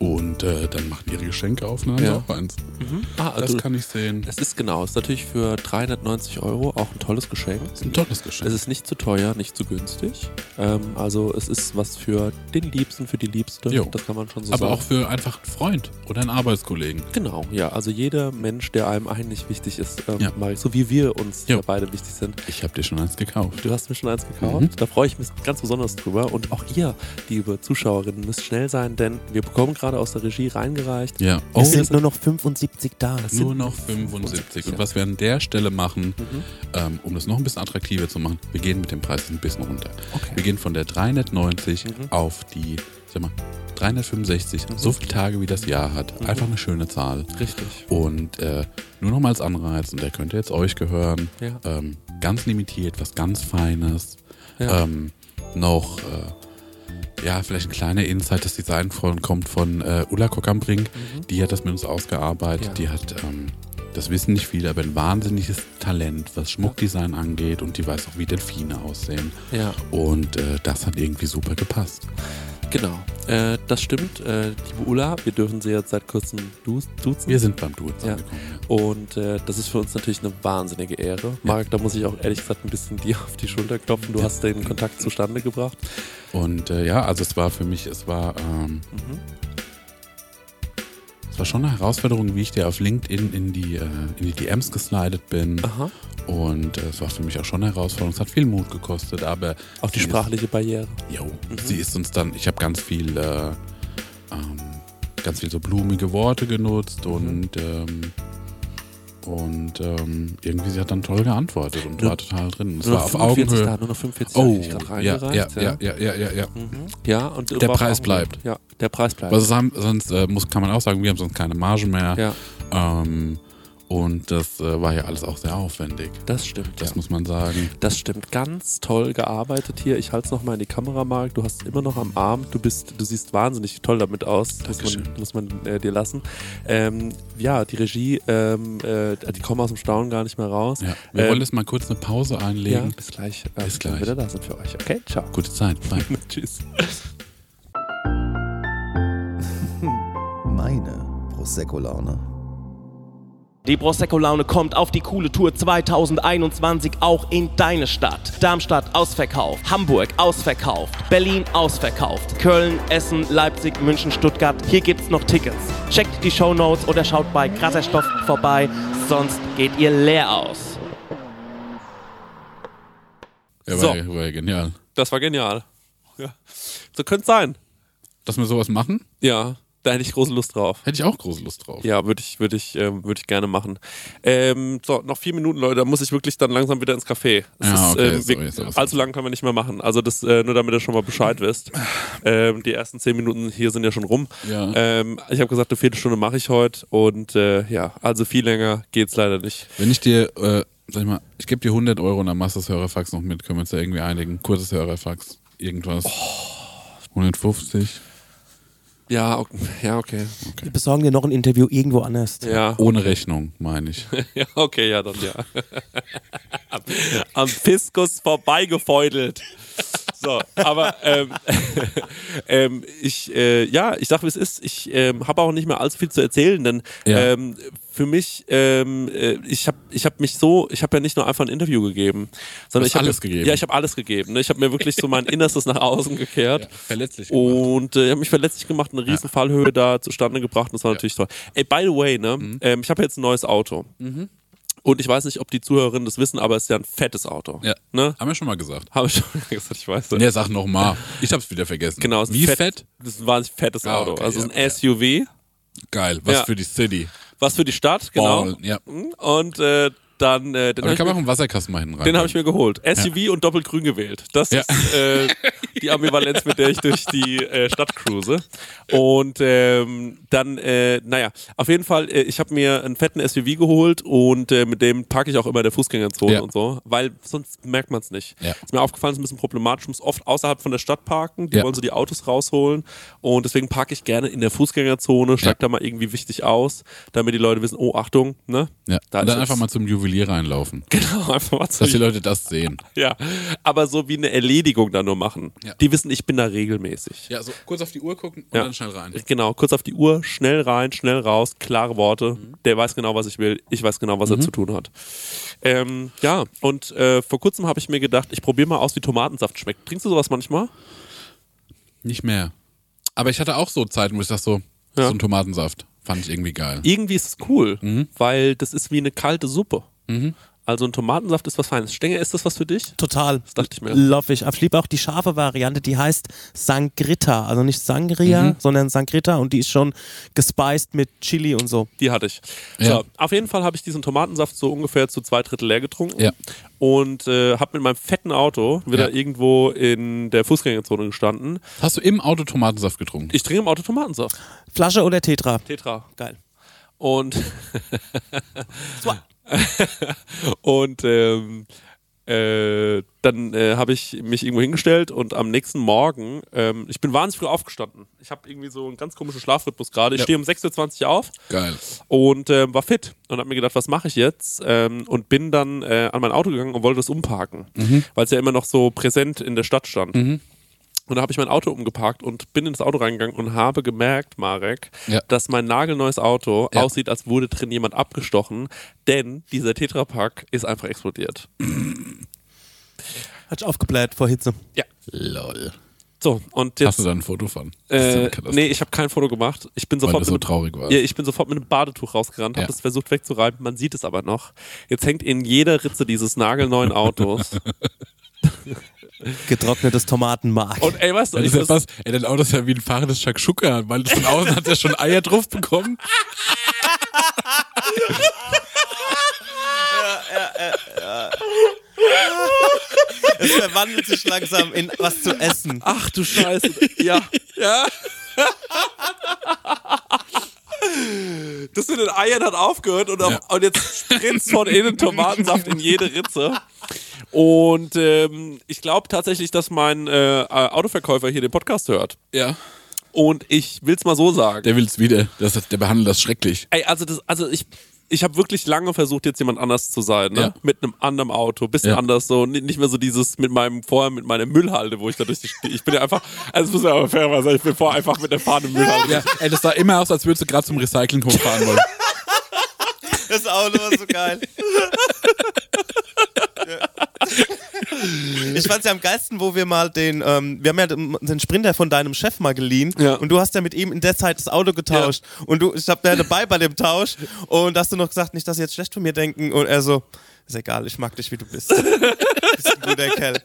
Und äh, dann machen ihre Geschenke auf und dann Ja. haben sie auch eins. Ah, Das also, kann ich sehen. es ist genau, es ist natürlich für 390 Euro auch ein tolles Geschenk. Das ist ein tolles Geschenk. Es ist nicht zu teuer, nicht zu günstig. Ähm, also es ist was für den Liebsten, für die Liebste. Jo. Das kann man schon so Aber sagen. auch für einfach einen Freund oder einen Arbeitskollegen. genau, ja. Also jeder Mensch, der einem eigentlich wichtig ist, ähm, Ja. Marek, so wie wir uns Jo. ja beide wichtig sind. Ich habe dir schon eins gekauft. Du hast mir schon eins gekauft. Mhm. Da freue ich mich ganz besonders drüber. Und auch ihr, liebe Zuschauerinnen, müsst schnell sein, denn wir bekommen gerade aus der Regie reingereicht. Ja. Es Oh, sind nur noch 75 da. nur noch 75. Und was wir an der Stelle machen, Mhm. ähm, um das noch ein bisschen attraktiver zu machen, wir gehen mit dem Preis ein bisschen runter. Okay. Mhm. Wir gehen von der 390 auf die, sag mal, 365, so viele Tage wie das Jahr hat. Einfach eine schöne Zahl. Mhm. Richtig. Und äh, nur nochmal als Anreiz, und der könnte jetzt euch gehören, Ja. ähm, ganz limitiert, was ganz Feines, Ja. ähm, noch äh, Ja, vielleicht ein kleiner Insight. Das Design von, kommt von äh, Ulla Kockambring. Mhm. Die hat das mit uns ausgearbeitet. Die hat, ähm, das wissen nicht viele, aber ein wahnsinniges Talent, was Schmuckdesign angeht. Und die weiß auch, wie Delfine aussehen. Ja. Und äh, das hat irgendwie super gepasst. Genau. Äh, das stimmt. Äh, liebe Ulla, wir dürfen sie jetzt seit kurzem du- duzen. Wir sind beim Duo jetzt Ja. angekommen. Ja. Und äh, das ist für uns natürlich eine wahnsinnige Ehre. Marc, da muss ich auch ehrlich gesagt ein bisschen dir auf die Schulter klopfen. Du hast den Kontakt zustande gebracht. Und äh, ja, also es war für mich, es war, ähm, Mhm. es war schon eine Herausforderung, wie ich dir auf LinkedIn in die, äh, in die DMs geslidet bin. Aha. Und äh, es war für mich auch schon eine Herausforderung. Es hat viel Mut gekostet, aber Auch die sie ist- sprachliche Barriere. Jo, Mhm. sie ist uns dann, ich habe ganz viel, äh, ähm, ganz viel so blumige Worte genutzt Mhm. und ähm, und ähm, irgendwie sie hat dann toll geantwortet und Nur- war total drin. Es Nur war noch auf 45 Augenhöhe. Da, nur noch 45 da Oh, hab ich grad ja, ja, ja, reingereicht, Mhm. ja, ja, ja, ja. Ja, und Der war auf Preis Augenhöhe. bleibt. Ja, der Preis bleibt. Also haben, sonst äh, muss, kann man auch sagen, wir haben sonst keine Marge mehr. ja, Ähm, und das äh, war ja alles auch sehr aufwendig. das stimmt. Das ja. muss man sagen. Das stimmt. Ganz toll gearbeitet hier. Ich halte es nochmal in die Kamera, Marc. Du hast immer noch am Arm. Du bist, du siehst wahnsinnig toll damit aus. Muss man, Dankeschön. muss man äh, dir lassen. Ähm, ja, die Regie, ähm, äh, die kommen aus dem Staunen gar nicht mehr raus. Ja. Wir Ähm, wollen jetzt mal kurz eine Pause ja, einlegen. bis gleich. äh, Bis wenn wir gleich. Wieder da sind für euch. Okay, ciao. Gute Zeit. *laughs* Bye. Tschüss. Meine Prosecco-Laune. Die Prosecco-Laune kommt auf die coole Tour 2021 auch in deine Stadt. Darmstadt ausverkauft, Hamburg ausverkauft, Berlin ausverkauft, Köln, Essen, Leipzig, München, Stuttgart. Hier gibt's noch Tickets. Checkt die Shownotes oder schaut bei krasser Stoff vorbei, sonst geht ihr leer aus. Ja, So. war, ja- war ja genial. Das war genial. Ja. So könnte es sein. Dass wir sowas machen, Ja, da hätte ich große Lust drauf. hätte ich auch große Lust drauf. Ja, würde ich, würde ich, ähm, würde ich gerne machen. Ähm, so, noch vier Minuten, Leute, da muss ich wirklich dann langsam wieder ins Café. Es Ja, okay, ähm, sorry, ist wir, alles allzu lange können wir nicht mehr machen. Also das, äh, nur damit ihr schon mal Bescheid wisst. Ähm, die ersten zehn Minuten hier sind ja schon rum. Ja. Ähm, ich habe gesagt, eine Viertelstunde mache ich heute und äh, ja, also viel länger geht's leider nicht. Wenn ich dir, äh, sag ich mal, ich gebe dir 100 Euro und dann machst du das Hörerfax noch mit, können wir uns da irgendwie einigen. Kurzes Hörerfax, irgendwas. 150. Ja, okay. Ja, okay. Wir besorgen dir noch ein Interview irgendwo anders. Ja. Ohne Rechnung, meine *laughs* ich. Ja, *laughs* okay, ja, dann ja. *laughs* Am- Am Fiskus vorbeigefeudelt. So, aber ähm, ähm, ich, äh, ja, ich sag, wie es ist. Ich ähm, habe auch nicht mehr allzu viel zu erzählen, denn Ja. ähm, für mich, ähm, äh, ich habe ich hab mich so, ich habe ja nicht nur einfach ein Interview gegeben, sondern hast ich habe alles gegeben. Ja, ich habe alles gegeben. Ne? Ich habe mir wirklich so mein Innerstes nach außen gekehrt. verletzlich Und äh, ich habe mich verletzlich gemacht, eine riesen Fallhöhe da zustande gebracht und das war natürlich toll. Ey, by the way, ne, Mhm. ähm, ich habe jetzt ein neues Auto. Und ich weiß nicht, ob die Zuhörerinnen das wissen, aber es ist ja ein fettes Auto. Oh. Ja. Ne? Haben wir schon mal gesagt. Habe ich schon gesagt, ich weiß Ja, sag nochmal. Ich hab's wieder vergessen. Genau, es ist Wie ein fett? Das ist ein wahnsinnig fettes Ah, Auto. okay, also es ja, ist ein SUV. Geil. Was Ja. für die City. Was für die Stadt, genau. Ball, ja. Und äh, dann, äh, den Aber habe ich ich, kann mir- auch einen Wasserkasten mal hinten rein. den hab ich mir geholt. SUV und doppelt grün gewählt. Das Ja. ist *laughs* äh, die Ambivalenz, mit der ich durch die äh, Stadt cruise. Und ähm, dann, äh, naja, auf jeden Fall, äh, ich habe mir einen fetten SUV geholt und äh, mit dem parke ich auch immer in der Fußgängerzone Ja. und so, weil sonst merkt man es nicht. Ja. Ist mir aufgefallen, ist ein bisschen problematisch. Ich muss oft außerhalb von der Stadt parken. Die Ja. wollen so die Autos rausholen. Und deswegen parke ich gerne in der Fußgängerzone, steig Ja. da mal irgendwie wichtig aus, damit die Leute wissen, oh, Achtung, ne? ja. Da Und ist dann einfach jetzt- mal zum Juwelier *laughs* reinlaufen. Genau, *laughs* einfach mal zu Dass die Leute das sehen. *laughs* ja, aber so wie eine Erledigung da nur machen. Ja. Die wissen, ich bin da regelmäßig. Ja, so kurz auf die Uhr gucken und Ja. Genau, kurz auf die Uhr, schnell rein, schnell raus, klare Worte. Der weiß genau, was ich will, ich weiß genau, was er zu tun hat. Ähm, ja, und äh, vor kurzem habe ich mir gedacht, ich probiere mal aus, wie Tomatensaft schmeckt. Trinkst du sowas manchmal? Nicht mehr. Aber ich hatte auch so Zeiten, wo ich dachte so, Ja. so ein Tomatensaft. Fand ich irgendwie geil. Irgendwie ist es cool, weil das ist wie eine kalte Suppe. Also ein Tomatensaft ist was Feines. Stenger, ist das was für dich? Total. Das dachte ich mir. Love ich. Aber ich liebe auch die scharfe Variante, die heißt Sangrita. Also nicht Sangria, sondern Sangrita und die ist schon gespeist mit Chili und so. Die hatte ich. Ja. So, auf jeden Fall habe ich diesen Tomatensaft so ungefähr zu zwei Drittel leer getrunken Ja. und äh, habe mit meinem fetten Auto wieder Ja. irgendwo in der Fußgängerzone gestanden. Hast du im Auto Tomatensaft getrunken? Ich trinke im Auto Tomatensaft. Flasche oder Tetra? Tetra. Geil. Und und ähm, Äh, dann äh, habe ich mich irgendwo hingestellt und am nächsten Morgen, ähm, ich bin wahnsinnig früh aufgestanden. Ich habe irgendwie so einen ganz komischen Schlafrhythmus gerade. Ich stehe um 6.20 Uhr auf Geil. und ähm, war fit und habe mir gedacht, was mache ich jetzt? Ähm, und bin dann äh, an mein Auto gegangen und wollte es umparken, Mhm. weil es ja immer noch so präsent in der Stadt stand. Und da habe ich mein Auto umgeparkt und bin ins Auto reingegangen und habe gemerkt, Marek, Ja. dass mein nagelneues Auto Ja. aussieht, als wurde drin jemand abgestochen, denn dieser Tetrapack ist einfach explodiert. Hat sich aufgebläht vor Hitze. Lol. So, und Hast jetzt. du da ein Foto von? Das ist ja Äh, eine Katastrophe, nee, ich habe kein Foto gemacht. Ich bin weil sofort du so mit, traurig warst. ja, ich bin sofort mit einem Badetuch rausgerannt, habe Ja. das versucht wegzureiben, man sieht es aber noch. Jetzt hängt in jeder Ritze dieses nagelneuen *laughs* Autos. Getrocknetes Tomatenmark. Und ey, weißt du, Das ich, ist ja das, fast, ey, dein Auto ist ja wie ein fahrendes Shakshuka, weil von außen hat er schon Eier drauf bekommen. es verwandelt sich langsam in was zu essen. ach du Scheiße. *laughs* ja, ja. Das mit den Eiern hat aufgehört und, auch, Ja. und jetzt spritzt *laughs* von innen Tomatensaft in jede Ritze. Und ähm, ich glaube tatsächlich, dass mein äh, Autoverkäufer hier den Podcast hört. Ja. Und ich will's mal so sagen. Der will's wieder. Das, der behandelt das schrecklich. Ey, also das, also ich, ich habe wirklich lange versucht, jetzt jemand anders zu sein, ne? Ja. Mit einem anderen Auto, bisschen Ja. anders so, Ni- nicht mehr so dieses mit meinem vorher mit meiner Müllhalde, wo ich da durch die, ich bin ja einfach, also das muss ja aber fair sein, ich bin vorher einfach mit der fahrenden Müllhalde. Ja, ey, das sah immer aus, als würdest du gerade zum Recyclinghof fahren wollen. Das Auto war *laughs* so geil. Ich fand's ja am geilsten, wo wir mal den, ähm, wir haben ja den den Sprinter von deinem Chef mal geliehen Ja. und du hast ja mit ihm in der Zeit das Auto getauscht und du, ich hab da dabei bei dem Tausch und hast du noch gesagt, nicht, dass sie jetzt schlecht von mir denken und er so, ist egal, ich mag dich, wie du *laughs* bist. Du bist ein guter Kerl.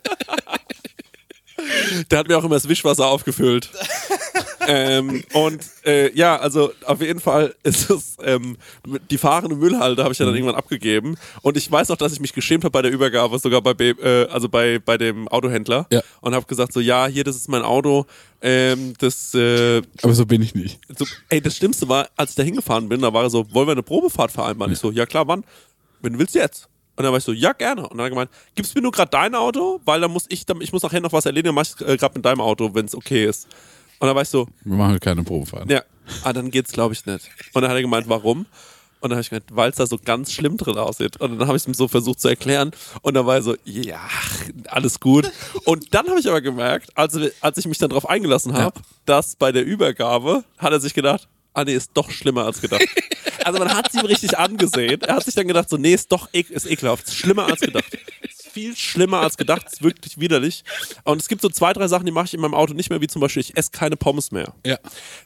Der hat mir auch immer das Wischwasser aufgefüllt. ähm, und äh, ja, also auf jeden Fall ist es ähm, die fahrende Müllhalde habe ich ja Mhm. dann irgendwann abgegeben. Und ich weiß noch, dass ich mich geschämt habe bei der Übergabe, sogar bei B- äh, also bei, bei dem Autohändler *laughs* Ja. und habe gesagt so ja, hier das ist mein Auto. Ähm, das äh, Aber so bin ich nicht. so, ey, das Schlimmste war, als ich da hingefahren bin, da war er so, wollen wir eine Probefahrt vereinbaren? Ich so, ja klar, wann? Wenn du willst jetzt. Und dann war ich so, ja, gerne. Und dann hat er gemeint, gibst mir nur gerade dein Auto, weil dann muss ich, dann, ich muss nachher noch was erledigen, dann mach ich äh, gerade mit deinem Auto, wenn es okay ist. Und dann war ich so, Wir machen halt keine Probefahrt. ja, ah, dann geht's glaube ich nicht. Und dann hat er gemeint, warum? Und dann habe ich gemeint, weil es da so ganz schlimm drin aussieht. Und dann habe ich es ihm so versucht zu erklären. Und dann war er so, ja, alles gut. Und dann habe ich aber gemerkt, als, als ich mich dann drauf eingelassen habe, dass bei der Übergabe hat er sich gedacht, ah nee, ist doch schlimmer als gedacht. Also man hat es ihm richtig angesehen. Er hat sich dann gedacht, so, nee, ist doch ek ist ekelhaft, ist schlimmer als gedacht. Ist viel schlimmer als gedacht, ist wirklich widerlich. Und es gibt so zwei, drei Sachen, die mache ich in meinem Auto nicht mehr, wie zum Beispiel, ich esse keine Pommes mehr. Ja.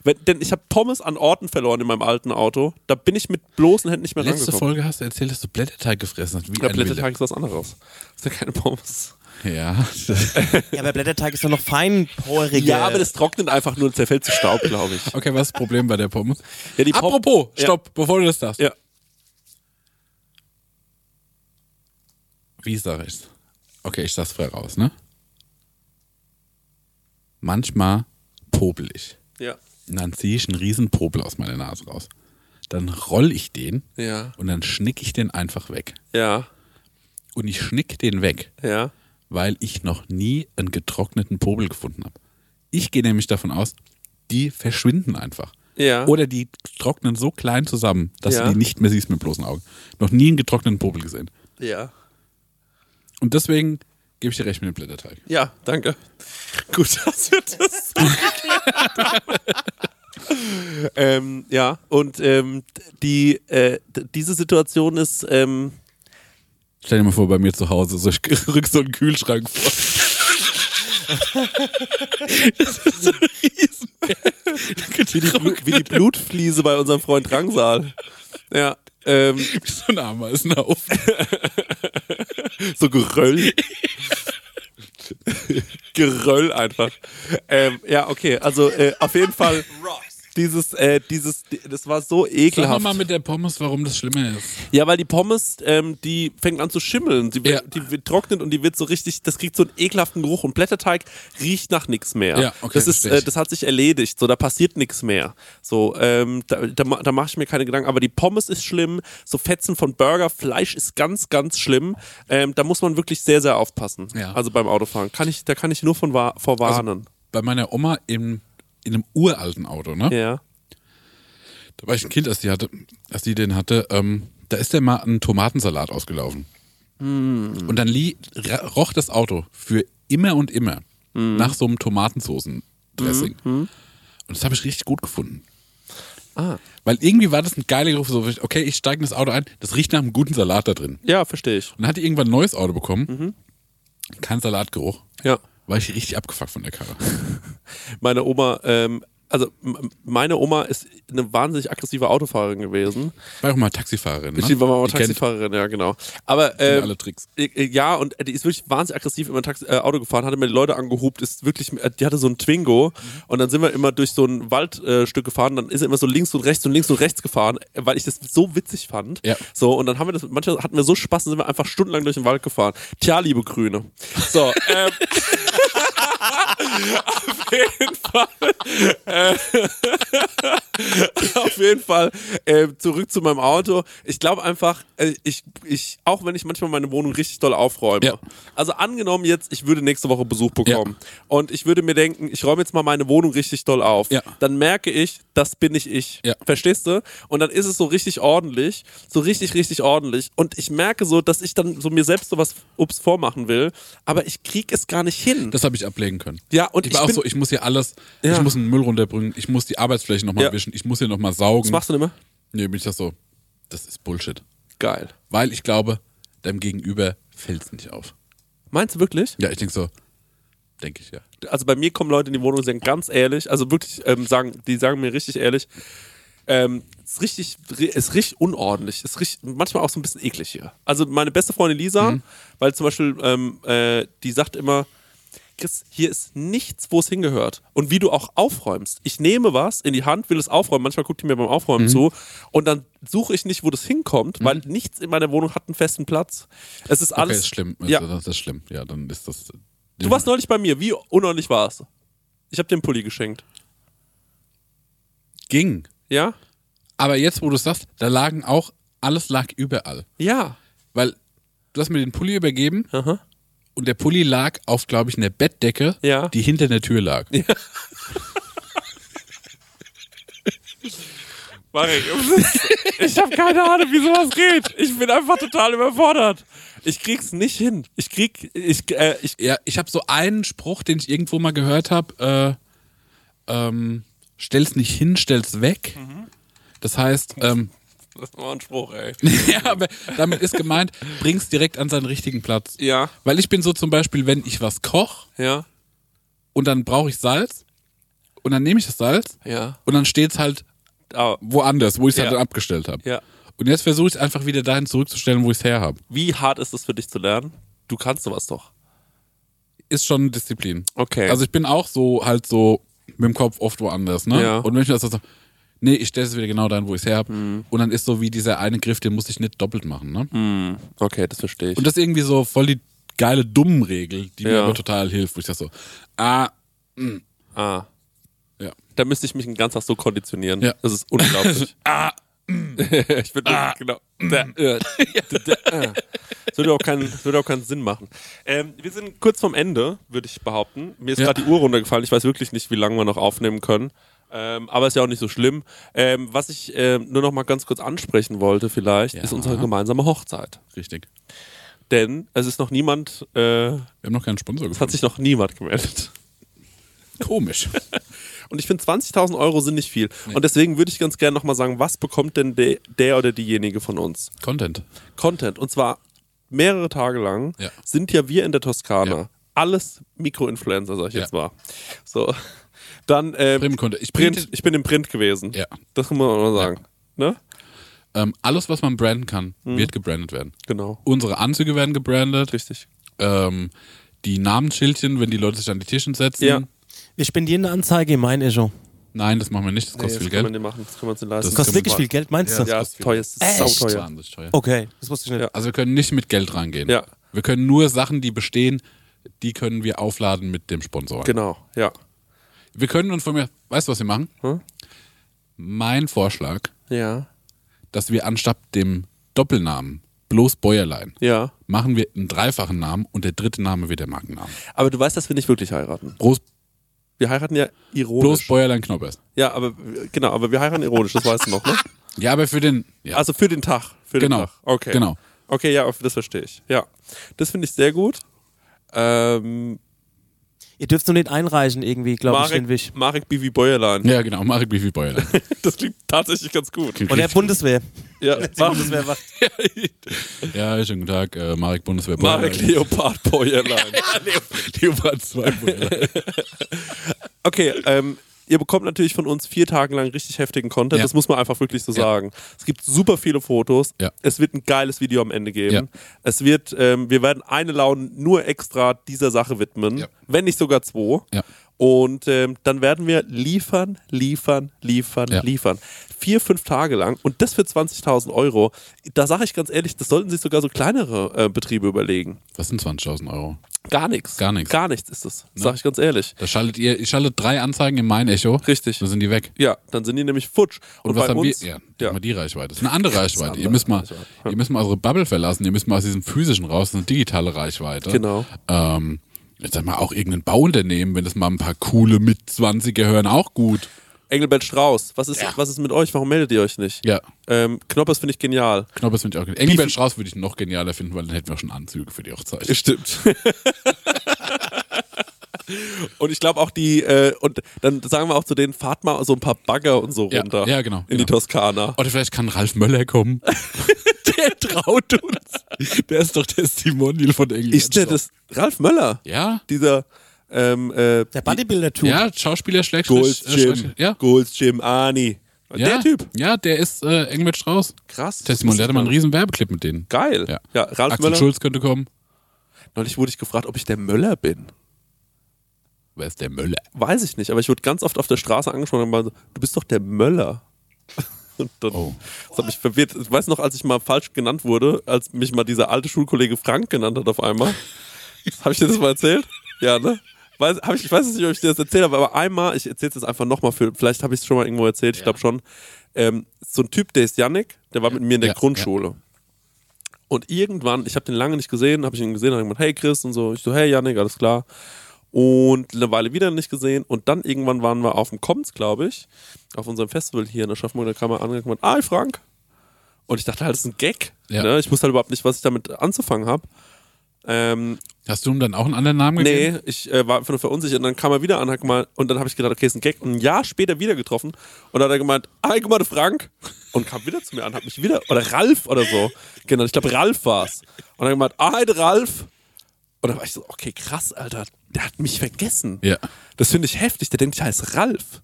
Wenn, denn ich habe Pommes an Orten verloren in meinem alten Auto. Da bin ich mit bloßen Händen nicht mehr Letzte rangekommen. Folge hast du erzählt, dass du Blätterteig gefressen hast. Wie Ja, ein Blätterteig ist was anderes. Das sind keine Pommes. Wilder. *laughs* Ja. Ja, aber Blätterteig ist doch noch feinporig. Ja, aber das trocknet einfach nur und zerfällt zu Staub, glaube ich. Okay, was ist das Problem bei der Pommes? Ja, *laughs* die Pom- Apropos, Ja. stopp, bevor du das sagst. Ja. Wie sag ich's? Okay, ich sag's frei raus, ne? Manchmal popel ich. Ja. Und dann ziehe ich einen riesen Popel aus meiner Nase raus. Dann roll ich den Ja. und dann schnick ich den einfach weg. Ja. Und ich schnick den weg, Ja. weil ich noch nie einen getrockneten Popel gefunden habe. Ich gehe nämlich davon aus, die verschwinden einfach. Ja. Oder die trocknen so klein zusammen, dass Ja. du die nicht mehr siehst mit bloßen Augen. Noch nie einen getrockneten Popel gesehen. Ja. Und deswegen gebe ich dir recht mit dem Blätterteig. Ja, danke. *laughs* Gut, dass wir das so geklärt haben. *laughs* ähm, ja, und ähm, die, äh, d- diese Situation ist, ähm, Stell dir mal vor, bei mir zu Hause, so, ich *laughs* rück so einen Kühlschrank vor. *laughs* *laughs* wie, die, Blu- wie die Blutfliese bei unserem Freund Drangsal. Ja, ähm, Wie so ein Ameisenhaufen. So *laughs* Geröll. Geröll einfach. Ähm, ja, okay. Also äh, auf jeden Fall. dieses, äh, dieses, das war so *laughs* Sag ekelhaft. mir mal mit der Pommes, warum das schlimmer ist. Ja, weil die Pommes, ähm, die fängt an zu schimmeln. Die, Ja. die wird- trocknet und die wird so richtig, das kriegt so einen ekelhaften Geruch und Blätterteig riecht nach nichts mehr. Ja, okay, das, ist, verstehe ich. äh, das hat sich erledigt, so da passiert nichts mehr. So, ähm, da, da, ma- da mache ich mir keine Gedanken. Aber die Pommes ist schlimm, so Fetzen von Burger, Fleisch ist ganz, ganz schlimm. Ähm, da muss man wirklich sehr, sehr aufpassen. Ja. Also Also beim Autofahren. Kann ich, da kann ich nur von wa vor warnen. Bei meiner Oma im, in einem uralten Auto, ne? ja. Da war ich ein Kind, als die, hatte, als die den hatte. Ähm, da ist der mal ein Tomatensalat ausgelaufen. Mm. Und dann lie, ra- roch das Auto für immer und immer Mm. nach so einem Tomatensoßen-Dressing. Und das habe ich richtig gut gefunden. Ah. Weil irgendwie war das ein geiler Geruch. So, okay, ich steige in das Auto ein, das riecht nach einem guten Salat da drin. Ja, verstehe ich. Und dann hat die irgendwann ein neues Auto Mhm. bekommen. Kein Salatgeruch. Ja. War ich richtig abgefuckt von der Karre. meine Oma, ähm, also m- meine Oma ist eine wahnsinnig aggressive Autofahrerin gewesen. War auch mal Taxifahrerin. Ne? Die war mal Die kennt Taxifahrerin, ja genau. Aber ähm, alle Tricks. äh, ja, und die ist wirklich wahnsinnig aggressiv immer Taxi, äh, Auto gefahren, hatte mir die Leute angehobt, ist wirklich, äh, die hatte so einen Twingo Mhm. und dann sind wir immer durch so ein Waldstück äh, Stück gefahren, dann ist er immer so links und rechts und links und rechts gefahren, äh, weil ich das so witzig fand. Ja. So, und dann haben wir das, manchmal hatten wir so Spaß, dann sind wir einfach stundenlang durch den Wald gefahren. Tja, liebe Grüne. So, ähm, auf jeden Fall. Auf jeden Fall äh, zurück zu meinem Auto. Ich glaube einfach, äh, ich, ich, auch wenn ich manchmal meine Wohnung richtig doll aufräume. Ja. Also angenommen jetzt, ich würde nächste Woche Besuch bekommen und ich würde mir denken, ich räume jetzt mal meine Wohnung richtig doll auf. Ja. Dann merke ich, das bin nicht ich. Ja. Verstehst du? Und dann ist es so richtig ordentlich, so richtig, richtig ordentlich. Und ich merke so, dass ich dann so mir selbst sowas ups vormachen will, aber ich krieg es gar nicht hin. Das habe ich ablegen können. Ja, und ich ich war auch bin- so, ich muss hier alles, ich Ja. muss einen Müll runterbringen, ich muss die Arbeitsfläche nochmal Ja. wischen, ich muss hier nochmal saugen. Was machst du denn immer? Nee, bin ich das so, das ist Bullshit. Geil. Weil ich glaube, deinem Gegenüber fällt es nicht auf. Meinst du wirklich? Ja, ich denke so, denke ich ja. also bei mir kommen Leute in die Wohnung und sagen ganz ehrlich, also wirklich ähm, sagen, die sagen mir richtig ehrlich, ähm, ist richtig, ist richtig unordentlich, ist richtig, manchmal auch so ein bisschen eklig hier. Also meine beste Freundin Lisa, Mhm. weil zum Beispiel, ähm, äh, die sagt immer, Chris, hier ist nichts, wo es hingehört. Und wie du auch aufräumst. Ich nehme was in die Hand, will es aufräumen. Manchmal guckt die mir beim Aufräumen Mhm. zu. Und dann suche ich nicht, wo das hinkommt, weil nichts in meiner Wohnung hat einen festen Platz. Es ist Okay, alles. ist schlimm. also, Ja. Das ist schlimm. Ja, dann ist das. Du warst neulich bei mir. Wie unordentlich warst du? Ich habe dir einen Pulli geschenkt. Ging. Ja? Aber jetzt, wo du es sagst, da lagen auch, alles lag überall. Ja. Weil du hast mir den Pulli übergeben Aha. und der Pulli lag auf, glaube ich, einer Bettdecke, Ja. die hinter der Tür lag. *laughs* Marek, ich habe keine Ahnung, wie sowas geht. Ich bin einfach total überfordert. Ich krieg's nicht hin. Ich krieg, ich, äh, ich, ja, ich habe so einen Spruch, den ich irgendwo mal gehört habe. Äh, ähm, stell's nicht hin, stell's weg. Mhm. Das heißt, ähm, das war ein Spruch, ey. *laughs* ja, aber damit ist gemeint, bring's direkt an seinen richtigen Platz. Ja, Weil ich bin so zum Beispiel, wenn ich was koch ja, und dann brauche ich Salz und dann nehme ich das Salz ja. und dann steht's halt Ah, woanders, wo ich es Ja. halt dann abgestellt habe. ja. Und jetzt versuche ich es einfach wieder dahin zurückzustellen, wo ich es her habe. Wie hart ist es für dich zu lernen? Du kannst sowas doch. Ist schon Disziplin. Okay. Also ich bin auch so halt so mit dem Kopf oft woanders, ne? Ja. Und wenn ich das so, nee, ich stelle es wieder genau dahin, wo ich es her habe. Mhm. Und dann ist so wie dieser eine Griff, den muss ich nicht doppelt machen, ne? okay, das verstehe ich. Und das ist irgendwie so voll die geile Dummregel, die mir Ja. aber total hilft, wo ich das so, ah, ah. Ja. Da müsste ich mich den ganzen Tag so konditionieren. Ja. mm. Ah, Das ist *laughs* unglaublich. ah. ich bin genau. Da, äh, da, da, äh. Das würde auch keinen, das würde auch keinen Sinn machen. Ähm, wir sind kurz vom Ende, würde ich behaupten. Mir ist Ja. gerade die Uhr runtergefallen. Ich weiß wirklich nicht, wie lange wir noch aufnehmen können. Ähm, aber ist ja auch nicht so schlimm. Ähm, was ich ähm, nur noch mal ganz kurz ansprechen wollte, vielleicht, ist unsere gemeinsame Hochzeit. richtig. Denn es ist noch niemand, äh, Wir haben noch keinen Sponsor es hat gefunden. sich noch niemand gemeldet. *laughs* Komisch. Und ich finde, 20.000 Euro sind nicht viel. Und deswegen würde ich ganz gerne nochmal sagen, was bekommt denn de der oder diejenige von uns? Content. Content. Und zwar mehrere Tage lang Ja. sind ja wir in der Toskana. Ja. Alles Mikroinfluencer, sag ich Ja. jetzt mal. So. Dann, ähm, Bremen konnte. Ich Print, printe- ich bin im Print gewesen. Ja. Das muss man auch mal sagen. Ne? Ähm, alles, was man branden kann, wird gebrandet werden. Genau. Unsere Anzüge werden gebrandet. Mhm. Richtig. Ähm, die Namensschildchen, wenn die Leute sich an die Tischen setzen. Ja. Wir spendieren eine Anzeige im Main-Echo. Nein, das machen wir nicht, das kostet können viel wir Geld. nicht machen, das können wir uns nicht leisten. Das können Kostet wir wirklich viel Geld, meinst Ja. du? ja, das kostet teuer, ist Echt? sau teuer. Wahnsinnig teuer. Okay, das wusste ich nicht. Ja. Also wir können nicht mit Geld reingehen. Ja. Wir können nur Sachen, die bestehen, die können wir aufladen mit dem Sponsor. Genau, ja. Wir können uns von mir, weißt du, was wir machen? Hm? Mein Vorschlag, Ja, dass wir anstatt dem Doppelnamen bloß Bäuerlein ja. machen wir einen dreifachen Namen und der dritte Name wird der Markenname. Aber du weißt, dass wir nicht wirklich heiraten. Bloß, Wir heiraten ja bloß ironisch. Bäuerlein Knoppers. ja, aber genau, aber wir heiraten ironisch, das weißt du noch, ne? Ja, aber für den, ja, Also für den Tag. Für Genau, den Tag. Okay. genau. Okay, ja, das verstehe ich. Ja. Das finde ich sehr gut. Ähm, Ihr dürft nur nicht einreichen irgendwie, glaube ich, den Wisch. Marek, Marek Bivi Bäuerlein. *laughs* ja genau, Marek wie *laughs* viel Bäuerlein. Das klingt tatsächlich ganz gut. Und der Bundeswehr. *laughs* Ja, Marek, Bundeswehr wacht. ja, schönen guten Tag, äh, Marek Bundeswehr Marek *laughs* Leopard Bäuerlein. Leopard 2 Bäuerlein. Okay, ähm, ihr bekommt natürlich von uns vier Tage lang richtig heftigen Content. Ja. Das muss man einfach wirklich so Ja. sagen. Es gibt super viele Fotos. Ja. Es wird ein geiles Video am Ende geben. Es wird, ähm, wir werden eine Laune nur extra dieser Sache widmen, Ja. wenn nicht sogar zwei. Ja. Und ähm, dann werden wir liefern, liefern, liefern, Ja. liefern. Vier, fünf Tage lang und das für 20.000 Euro. Da sage ich ganz ehrlich, das sollten sich sogar so kleinere äh, Betriebe überlegen. Was sind 20.000 Euro? Gar nichts. Gar nichts. Ne? Gar nichts ist es. Sage ich ganz ehrlich. Da schaltet ihr, ich schalte drei Anzeigen in mein Echo. Richtig. Dann sind die weg. Ja, dann sind die nämlich futsch. Und, was bei haben uns, wir? Ja, ja. Mal die Reichweite. Das ist eine andere Reichweite. ihr, müsst mal, ihr müsst mal eure Bubble verlassen. Ihr müsst mal aus diesem physischen raus. Das ist eine digitale Reichweite. Genau. Ähm, jetzt sag mal, auch irgendein Bauunternehmen, wenn das mal ein paar coole Mitzwanziger hören, auch gut. Engelbert Strauß, was ist, was ist mit euch? Warum meldet ihr euch nicht? Ja. Ähm, Knoppers finde ich genial. Knoppers finde ich auch genial. Engelbert Strauß würde ich noch genialer finden, weil dann hätten wir auch schon Anzüge für die Hochzeit. Stimmt. und ich glaube auch die, äh, und dann sagen wir auch zu denen, fahrt mal so ein paar Bagger und so Ja, runter. ja, genau, In die genau. Toskana. Oder vielleicht kann Ralf Möller *laughs* kommen. der traut uns. Der ist doch Testimonial von Engelbert Ist der Strauß. das Ralf Möller? Ja. Dieser ähm, äh, Der Bodybuilder-Typ. Ja, Schauspieler schlägt Gold's äh, schräg- Gym. Ja. Gold's Gym Ani. ja. Der Typ. Ja, der ist äh, Engelbert Strauß. Krass. Testimonial. Der hatte mal einen riesen Werbeclip mit denen. Geil. Ja. ja Ralf Axel Möller. Schulz könnte kommen. Neulich wurde ich gefragt, ob ich der Möller bin. Wer ist der Möller? Weiß ich nicht, aber ich wurde ganz oft auf der Straße angesprochen und meinte, du bist doch der Möller. Und dann, Oh. Das hat mich verwirrt. Ich weiß noch, als ich mal falsch genannt wurde, als mich mal dieser alte Schulkollege Frank genannt hat auf *laughs* einmal. Habe ich dir das mal erzählt? Ja, ne? Weiß, hab ich, ich weiß es nicht, ob ich dir das erzählt habe, aber einmal, ich erzähle es jetzt einfach nochmal, für, vielleicht habe ich es schon mal irgendwo erzählt, ich glaube schon. Ähm, so ein Typ, der ist Yannick, der war mit mir in der Ja, Grundschule. Und irgendwann, ich habe den lange nicht gesehen, habe ich ihn gesehen, hat jemand, hey Chris und so. Ich so, hey Yannick, alles klar. Und eine Weile wieder nicht gesehen. Und dann irgendwann waren wir auf dem Koms, glaube ich, auf unserem Festival hier in Aschaffenburg. Da kam er an und hat gemeint, ah, Frank. Und ich dachte halt, das ist ein Gag. Ja. Ne? Ich wusste halt überhaupt nicht, was ich damit anzufangen habe. Ähm, Hast du ihm dann auch einen anderen Namen gegeben? Nee, ich äh, war einfach nur verunsichert und dann kam er wieder an hat gemeint, und dann habe ich gedacht, okay, ist ein Gag. Und ein Jahr später wieder getroffen und dann hat er gemeint, ah, guck mal, der Frank. Und kam wieder zu mir an, hat mich wieder, oder Ralf oder so. Genau, ich glaube, Ralf war's. Und dann gemeint, ah, der Ralf. Und dann war ich so, okay, krass, Alter, der hat mich vergessen. Ja. Das finde ich heftig, der denkt, ich heiße Ralf.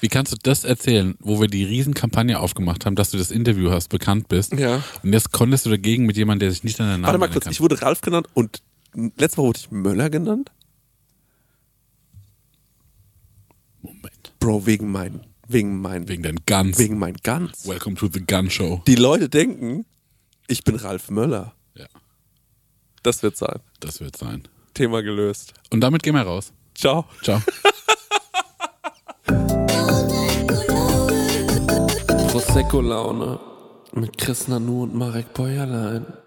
Wie kannst du das erzählen, wo wir die Riesenkampagne aufgemacht haben, dass du das Interview hast, bekannt bist? Ja. Und jetzt konntest du dagegen mit jemandem, der sich nicht an deinen Namen Warte mal kurz, erinnern ich wurde Ralf genannt und letztes Mal wurde ich Möller genannt. kann. Moment. Bro, wegen meinen, wegen meinen, Wegen deinem Guns. wegen meinen Guns. Welcome to the Gun Show. die Leute denken, ich bin Ralf Möller. Ja, Das wird sein. das wird sein. Thema gelöst. Und damit gehen wir raus. Ciao. Ciao. Prosecco-Laune mit Chris Nanu und Marek Bäuerlein.